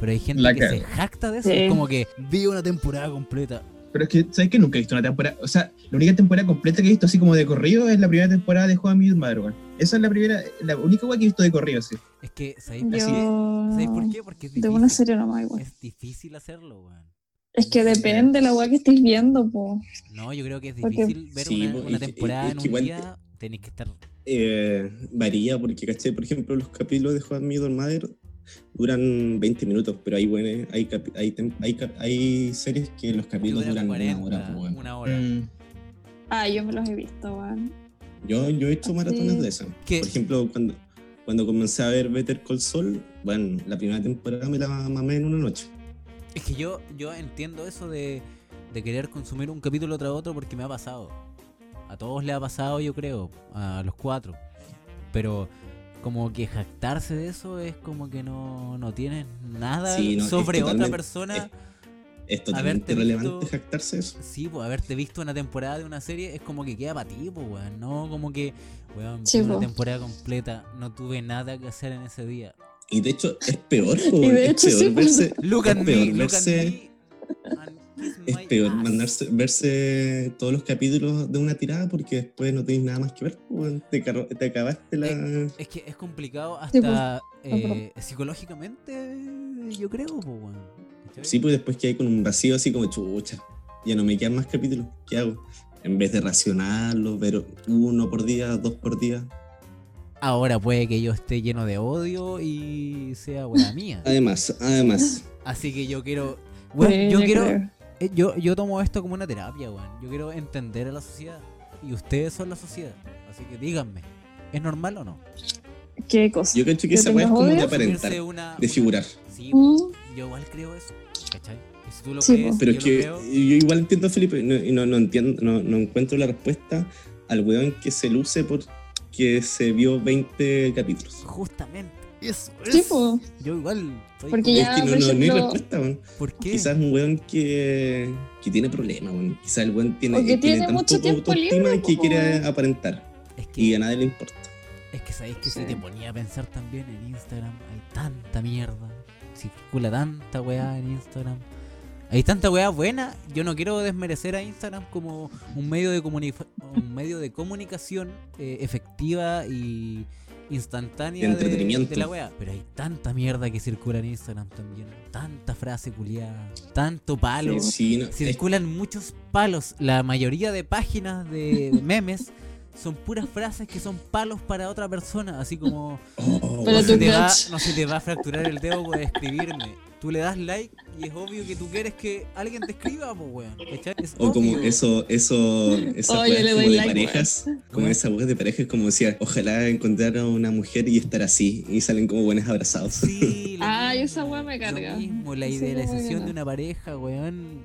D: Pero hay gente
F: La
D: que
F: cago.
D: se jacta de eso.
I: Sí.
D: Es como que vi una temporada completa.
F: Pero es que, ¿sabes que Nunca he visto una temporada. O sea, la única temporada completa que he visto así como de corrido es la primera temporada de Juan Mil Madre, weón. Esa es la primera, la única weá que he visto de corrido, sí.
D: Es que, ¿sabéis,
I: Yo...
D: ¿sabéis por qué? Porque es
I: De una
D: difícil,
I: serie nomás igual.
D: es difícil hacerlo, weón.
E: Es que depende la weá que estés viendo, po.
D: No, yo creo que es
E: Porque-
D: difícil ver
G: Sí,
D: una,
G: bo,
D: una
G: es que-
D: temporada
G: es
D: en
G: que
D: un
G: igual-
D: día. Tenéis que estar.
G: Eh, varía porque, caché, por ejemplo, los capítulos de Juan Miguel Madero duran 20 minutos, pero hay buenas, hay, capi- hay, tem- hay, cap- hay series que los
D: que
G: capítulos
D: duran
G: duran
D: 40,
G: una hora. pues, bueno.
D: una hora.
F: Mm.
E: Ah, yo me los he visto, weón.
G: Yo, yo he hecho maratones
E: Sí.
G: de esas.
D: ¿Qué?
G: Por ejemplo, cuando, cuando comencé a ver Better Call Saul, bueno, la primera temporada me la mamé en una noche.
D: Es que yo, yo entiendo eso de, de querer consumir un capítulo tras otro porque me ha pasado. A todos le ha pasado, yo creo, a los cuatro. Pero como que jactarse de eso es como que no, no tienes nada
G: Sí, no, es
D: sobre otra
G: totalmente-
D: persona.
G: Es
D: Haberte
G: totalmente relevante
D: visto-
G: jactarse de eso.
D: Sí, pues haberte visto una temporada de una serie es como que queda para ti, pues, weón. No como que, weón,
E: Sí,
D: vi una
E: po.
D: temporada completa, no tuve nada que hacer en ese día.
G: Y de hecho, es peor. po,
E: [LAUGHS] Y de
G: es
E: hecho,
G: peor
E: sí, pues.
G: verse-
D: Look
G: es
D: at me,
G: peor
D: look at
G: verse-
D: me. and kiss
G: Es
D: my
G: peor
D: ass.
G: mandarse, verse todos los capítulos de una tirada porque después no tenéis nada más que ver. pues, weón. Te, carro- te acabaste la.
D: Es que es complicado
E: Sí, pues.
D: hasta eh, psicológicamente, yo creo, pues, weón. ¿Cachai?
G: Sí, pues después quedé con un vacío así como chucha. Ya no me quedan más capítulos. ¿Qué hago? En vez de racionarlo, ver uno por día, dos por día.
D: Ahora puede que yo esté lleno de odio y sea
G: [LAUGHS]
D: buena mía.
G: Además,
E: [LAUGHS]
G: además.
D: Así que yo quiero. weón,
I: Sí,
D: yo quiero.
I: creo.
D: eh, Yo, yo tomo esto como una terapia, weón. Yo quiero entender a la sociedad. Y ustedes son la sociedad. Así que díganme, ¿es normal o no?
I: ¿Qué cosa?
G: Yo cacho que
E: ¿Yo
G: esa weá es
E: tengo
G: como de
E: odio?
G: aparentar,
D: Asumirse una-
G: de figurar.
D: una- Sí,
E: Mm,
D: yo igual creo eso. ¿Cachai? Y si tú lo
E: Sí,
D: crees,
G: Pero
D: yo
G: es que
D: lo creo.
G: yo igual entiendo a Felipe no- y no, no entiendo, no, no encuentro la respuesta al weón que se luce porque se vio 20 capítulos.
D: Justamente. Eso
E: Sí,
D: es.
E: po.
D: Yo igual. soy
E: Porque
D: como-
E: ya,
G: es que no,
E: por
G: no, no hay
E: ejemplo,
G: respuesta, weón.
D: ¿Por qué?
G: Quizás un weón que, que tiene problemas, weón. Quizás el weón tiene,
E: O que tiene
G: tan
E: mucho
G: poco
E: tiempo
G: autoestima
E: libre,
G: que
E: po,
G: quiere
E: weón.
G: aparentar.
D: Es que,
G: Y a nadie le importa.
D: es que sabéis que si
E: Sí.
D: te ponía a pensar también en Instagram, hay tanta mierda. Circula tanta weá en Instagram. Hay tanta weá buena. Yo no quiero desmerecer a Instagram como un medio de, comuni- un medio de comunicación eh, efectiva y instantánea
G: De
D: de,
G: entretenimiento.
D: de la weá. Pero hay tanta mierda que circula en Instagram también. Tanta frase culiada. Tanto palo.
G: Sí, sí, no, es-
D: Circulan muchos palos. La mayoría de páginas de memes son puras frases que son palos para otra persona. Así como
G: oh,
E: Pero
D: no
G: weón.
E: tú
D: se, te va,
E: cachas.
D: no se te va a fracturar el dedo por escribirme. Tú le das like y es obvio que tú quieres que alguien te escriba, pues weón. ¿cachai? Es
G: O como
D: obvio.
G: eso, eso, esas
E: Oye,
G: weas
E: Oh, le doy
G: como de
E: like,
G: parejas, como
D: Weón.
G: esa voz de parejas, como decía, ojalá encontrar a una mujer y estar así, y salen como buenas abrazados.
D: Sí, lo
E: Ay,
D: mismo,
E: esa weá me carga.
D: Lo mismo, la
E: Esa es la weá que
D: idealización
E: no.
D: de una pareja, weón,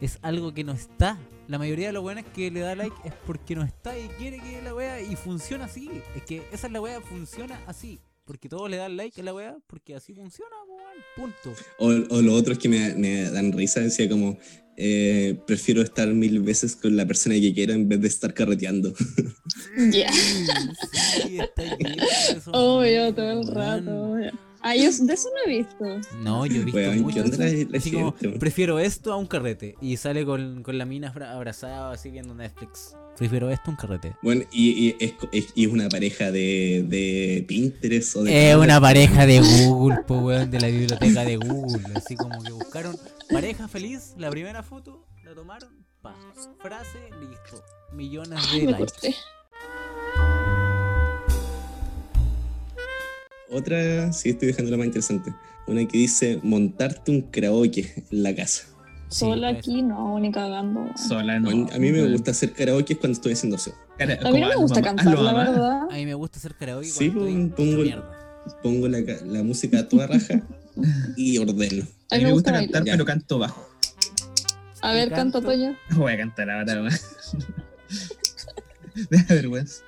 D: es algo que no está. La mayoría de los weones que le da like es porque no está y quiere que la wea y funciona así. Es que esa es la wea, funciona así. Porque todos le dan like a la weá, porque así funciona, po, weón.
E: [LAUGHS]
D: Punto.
G: [LAUGHS] O, o lo otro es que me, me dan risa, decía como, eh, prefiero estar mil veces con la persona que quiero en vez de estar carreteando.
I: Ya.
D: Sí, está bien, eso,
I: Obvio, todo el
D: weón.
I: rato. obvio. Ah, yo de eso no he visto.
D: No, yo he visto
G: Weón, ¿qué
D: mucho.
G: onda
D: eso.
G: la
D: Así como,
G: gente, weón?
D: prefiero esto a un carrete. Y sale con, con la mina abra- abrazada, así viendo Netflix. Prefiero esto a un carrete.
G: Bueno, y, y es, co- es- y es una pareja de, de Pinterest o de...
D: Es una pareja
G: [LAUGHS]
D: de Google, po, weón, de la biblioteca de Google. Así como que buscaron pareja feliz, la primera foto, la tomaron, pa. Frase, listo. Millones de
E: Me
D: likes.
E: corté.
G: Otra, sí, estoy dejándola más interesante. Una que dice, montarte un karaoke en la casa.
D: Sí,
E: Solo
D: pues.
E: aquí no, ni cagando. weón.
F: Sola, no.
G: Bueno, a mí me
F: weón.
G: gusta hacer karaoke cuando estoy haciendo eso.
F: Cara-
E: A mí
F: como
E: no me
F: hazlo,
E: gusta
F: mamá,
E: cantar,
F: hazlo,
E: la
F: mamá.
E: verdad.
D: A mí me gusta hacer karaoke
G: Sí,
D: cuando
G: pues,
D: estoy hecho
G: pongo el-
D: mierda.
G: Pongo la, ca- la música a
D: [LAUGHS]
G: toda raja y ordeno.
F: A mí me gusta cantar,
G: Ya.
F: pero canto bajo. [LAUGHS]
E: A ver,
D: Me
E: canta
D: canto.
E: Toño.
F: No voy a cantar ahora, [LAUGHS] weón. Deja vergüenza.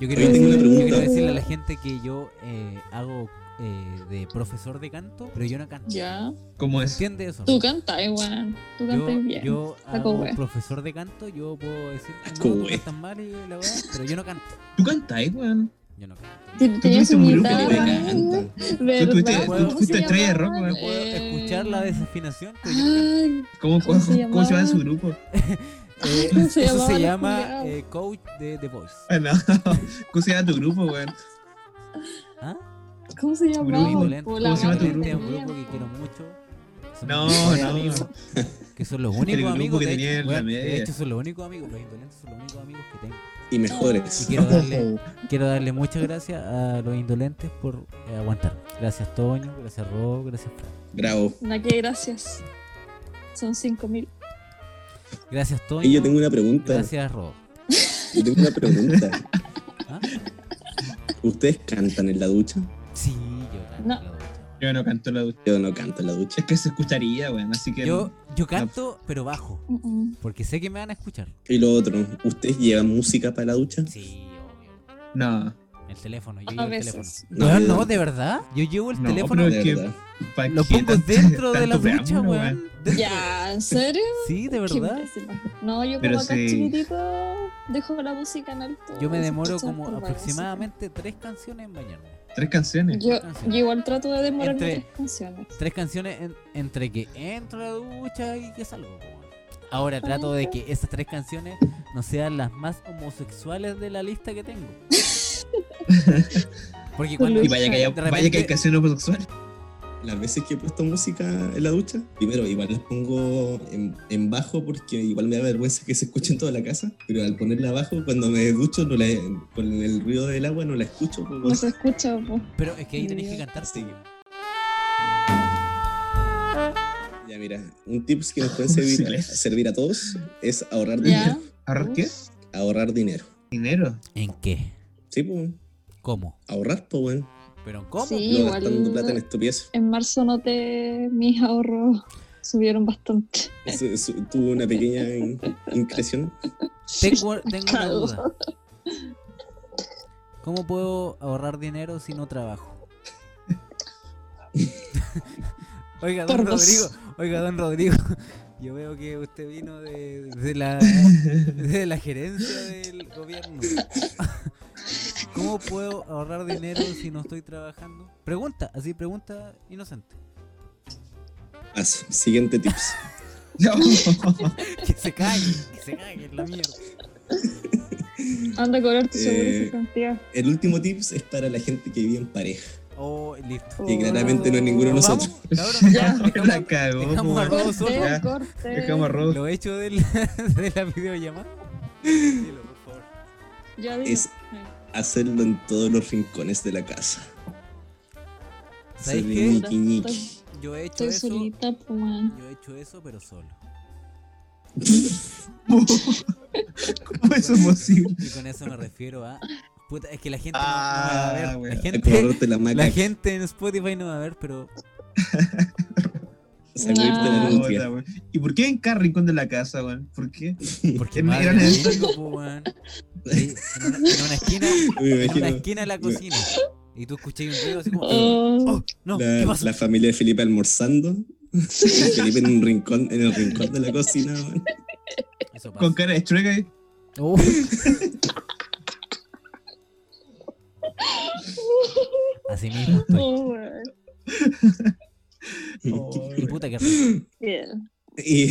D: Yo
G: Oye,
D: quiero,
G: tengo una
D: decir- yo
G: pregunta.
D: quiero decirle a la gente que yo eh, hago eh, de profesor de canto, pero yo no canto.
E: Ya.
F: ¿Cómo es?
D: ¿Entiende eso?
E: Tú cantas, weón. Tú cantas bien.
D: yo
E: Saco
D: hago
E: wea.
D: profesor de canto, yo puedo decir
G: Saco
D: que no, tú
G: wea.
D: cantas mal y la weá, pero yo no canto.
F: ¿Tú cantáis, weón?
D: Yo
G: [LAUGHS]
D: no canto.
E: Te- Tenías
F: tuviste un
E: una
F: grupo
G: Que le
E: guitarra. [LAUGHS]
G: canta.
E: ¿verdad?
F: tuviste-
D: tú
E: ¿Cómo
F: fuiste
E: se
F: estrella de
E: llamaban?
F: rock, weón.
D: Yo puedo
E: Eh,
D: escuchar la desafinación, pero yo no canto.
E: [LAUGHS] ay,
F: ¿Cómo,
E: ¿Cómo
F: cómo,
E: se
F: cómo se llama
E: llamaba?
F: su grupo?
D: Eh,
E: ¿cómo Ah, se
D: eso se
E: llamaba la
D: llama
E: culiao?
D: eh, coach de The Voice.
F: Ah, no. [LAUGHS] ¿Cómo se llama tu grupo, weón?
D: ¿Ah?
E: ¿Cómo se
F: grupo
E: llamaba?
D: Polento.
E: Hola,
F: ¿Cómo se llama tu
E: madre
D: Polento es un
E: mía.
D: grupo que quiero mucho. que son
F: No,
D: mis mejores
F: no.
D: amigos, Que son los únicos
F: grupo
D: amigos
F: que
D: de-
F: tenía en la
D: weón, De
F: media.
D: hecho, son los únicos amigos. Los indolentes son los únicos amigos que tengo.
G: Y
D: Y
G: mejores.
D: quiero
F: [LAUGHS]
D: darle, quiero darle muchas gracias a los indolentes por eh, aguantar. Gracias Toño, gracias Rob, gracias Fran.
G: Bravo.
E: Na que gracias. Son 5000.
D: Gracias Toño.
G: Y yo tengo una pregunta.
D: Gracias Rob.
G: Yo tengo una pregunta.
D: ¿Ah?
G: ¿Ustedes cantan en la ducha?
D: Sí, yo canto.
E: No.
D: la ducha.
F: Yo no canto la ducha.
G: Yo no canto en la ducha.
F: Es que se escucharía, weón. Así que.
D: Yo, yo canto, pero bajo.
E: Mm, mm.
D: Porque sé que me van a escuchar.
G: Y lo otro, ¿ustedes llevan música para la ducha?
D: Sí, obvio.
F: No.
D: El teléfono, yo
E: A
D: llevo el
E: veces.
D: teléfono.
G: No,
D: Weón,
G: yo-
D: no, de verdad. Yo llevo el
F: No,
D: teléfono.
F: pero- que-
G: verdad.
F: ¿pa'
D: Lo
F: qué
D: pongo
F: tanto-
D: dentro de la
F: tanto
D: ducha,
F: preámbulo,
D: weón. Dentro.
E: Ya, ¿en serio?
D: Sí, [LAUGHS] de
E: Qué
D: verdad.
E: imbécil. No, yo
F: Pero
E: como acá
F: sí.
E: chiquitito dejo la música en alto.
D: Yo me
E: y se
D: demoro
E: escucha
D: como
E: por la
D: aproximadamente tres canciones en bañarme.
F: Tres
E: música.
F: canciones.
E: Yo, yo igual trato de demorarme
D: Ah, Entre-
E: tres canciones.
D: Tres canciones en- entre que entro a la ducha y que salgo. po, weón. Ahora trato de que esas tres canciones no sean las más homosexuales de la lista que
E: [LAUGHS]
D: tengo. Porque cuando
F: Y vaya que, haya,
D: de
F: vaya que hay
D: repente-
F: canciones homosexuales.
G: Las veces que he puesto música en la ducha, primero igual las pongo en, en bajo porque igual me da vergüenza que se escuche en toda la casa, pero al ponerla abajo cuando me ducho no la, con el ruido del agua no la escucho. pues, Ah,
E: No se escucha,
G: [LAUGHS]
E: po.
D: Pero es que ahí tenés que cantar.
G: Sí. Ya mira, un tips que nos
E: [LAUGHS]
G: puede servir,
F: Silencio.
G: servir a todos es ahorrar
E: Ya.
G: dinero.
F: ¿Ahorrar qué?
G: Ahorrar dinero.
D: [LAUGHS]
F: ¿Dinero?
D: ¿En qué?
G: Sí, pues,
D: ¿Cómo?
G: ahorrar, pues, weón.
D: ¿Pero en cómo?
E: Sí,
G: No
E: igual.
G: gastando plata en estupidez.
E: En marzo noté mis ahorros subieron bastante.
G: Su- su- Tuvo una pequeña in- increción.
D: Tengo, tengo una
E: Cago.
D: duda. ¿Cómo puedo ahorrar dinero si no trabajo? [LAUGHS] oiga, don
E: Por dos.
D: Rodrigo, oiga, don Rodrigo, [LAUGHS] yo veo que usted vino de, de la,
E: [LAUGHS]
D: de la gerencia del gobierno. [LAUGHS] ¿Cómo puedo ahorrar dinero si no estoy trabajando? Pregunta, así pregunta inocente.
G: Paso. Siguiente tips.
F: No.
D: Que se cague, que se cague en la mierda.
E: Anda a cobrar tu seguro
G: Eh,
E: y cantidad.
G: El último tips es para la gente que vive en pareja.
D: Oh, listo.
G: Que claramente no es ninguno de
D: ¿Nos
G: nosotros.
D: vamos?
E: [LAUGHS]
D: Cabrón,
E: Ya.
D: dejamos-
F: la cagó,
D: dejamos a
F: weón.
D: Rodo solo.
E: Corte,
F: ya.
E: corte.
F: Dejamos a Rodo.
D: Lo he hecho de la, [LAUGHS] de la videollamada. Dilo, por favor.
E: Ya digo. eh,
G: Es hacerlo en todos los rincones de la casa.
D: ¿Sabes
G: Ser
D: qué?
G: ñiqui ñiqui.
D: Yo he hecho
E: Estoy
D: eso.
E: solita, po, man.
D: Yo he hecho eso, pero solo.
F: [LAUGHS] ¿Cómo eso es
D: [LAUGHS]
F: posible?
D: Y con eso me refiero a. Puta, es que la gente no, no
F: Ah,
D: me va a ver.
F: weón.
D: La
G: Es como
D: gente,
G: ahorrarte la maca.
D: la gente en Spotify no me va a ver, pero.
G: sacudirte la
E: Ah.
G: nutria.
F: Puta, weón. ¿Y por qué en cada rincón de la casa, weón? ¿Por qué?
D: Porque
F: Es mi
D: más
F: gran
D: de
F: evento.
D: rico, po, weón. Sí, en, una, en una esquina.
G: Me
D: En una
G: imagino.
D: esquina de la cocina. Y tú escucháis un ruido así como.
I: Oh,
C: Oh, no, ¿qué
G: La,
C: pasó?
G: la familia de Felipe almorzando. Felipe en un rincón, en el rincón de la cocina. weón.
D: Eso pasa.
F: Con cara de chueca y
D: Oh. Así mismo estoy.
I: oh, weón.
D: Puta que rico.
G: [LAUGHS]
I: Yeah.
G: Y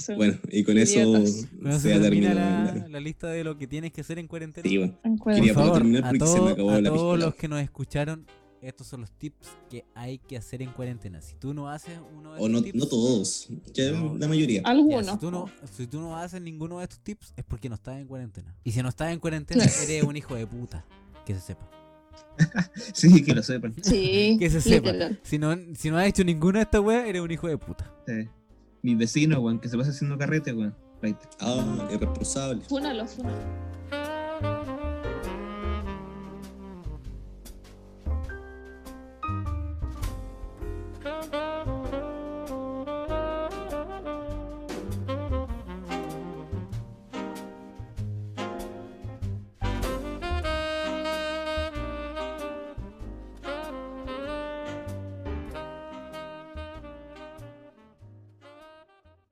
I: So,
G: bueno, y con eso
I: Idiotas.
D: Bueno,
G: se
D: se
G: ha
D: termina
G: terminado.
D: la,
G: la-
D: la lista de lo que tienes que hacer en cuarentena.
G: Sí, bueno.
I: un cuadro.
G: Quería
D: Por favor,
G: terminar
D: a,
G: porque se me
D: todo-
G: acabó
D: a
G: la
D: todos
G: pistola.
D: los que nos escucharon, estos son los tips que hay que hacer en cuarentena. Si tú no haces uno de
G: O
D: estos
G: no,
D: tips,
G: no todos, ya
D: Este No,
G: la mayoría.
D: ya,
I: Algunos.
D: si, tú no, si tú no haces ninguno de estos tips es porque no estás en cuarentena. Y si no estás en cuarentena, eres un hijo de puta. Que se sepa.
F: sí, que lo sepan.
I: Sí.
D: Que se sepa.
I: literal.
D: Si no, si no has hecho ninguna de estas weas, eres un hijo de puta.
F: Sí. Mis vecinos, weón, que se pasa haciendo carrete, weón. Right.
G: Ah, irresponsable.
I: Fúnalo, fúnalo.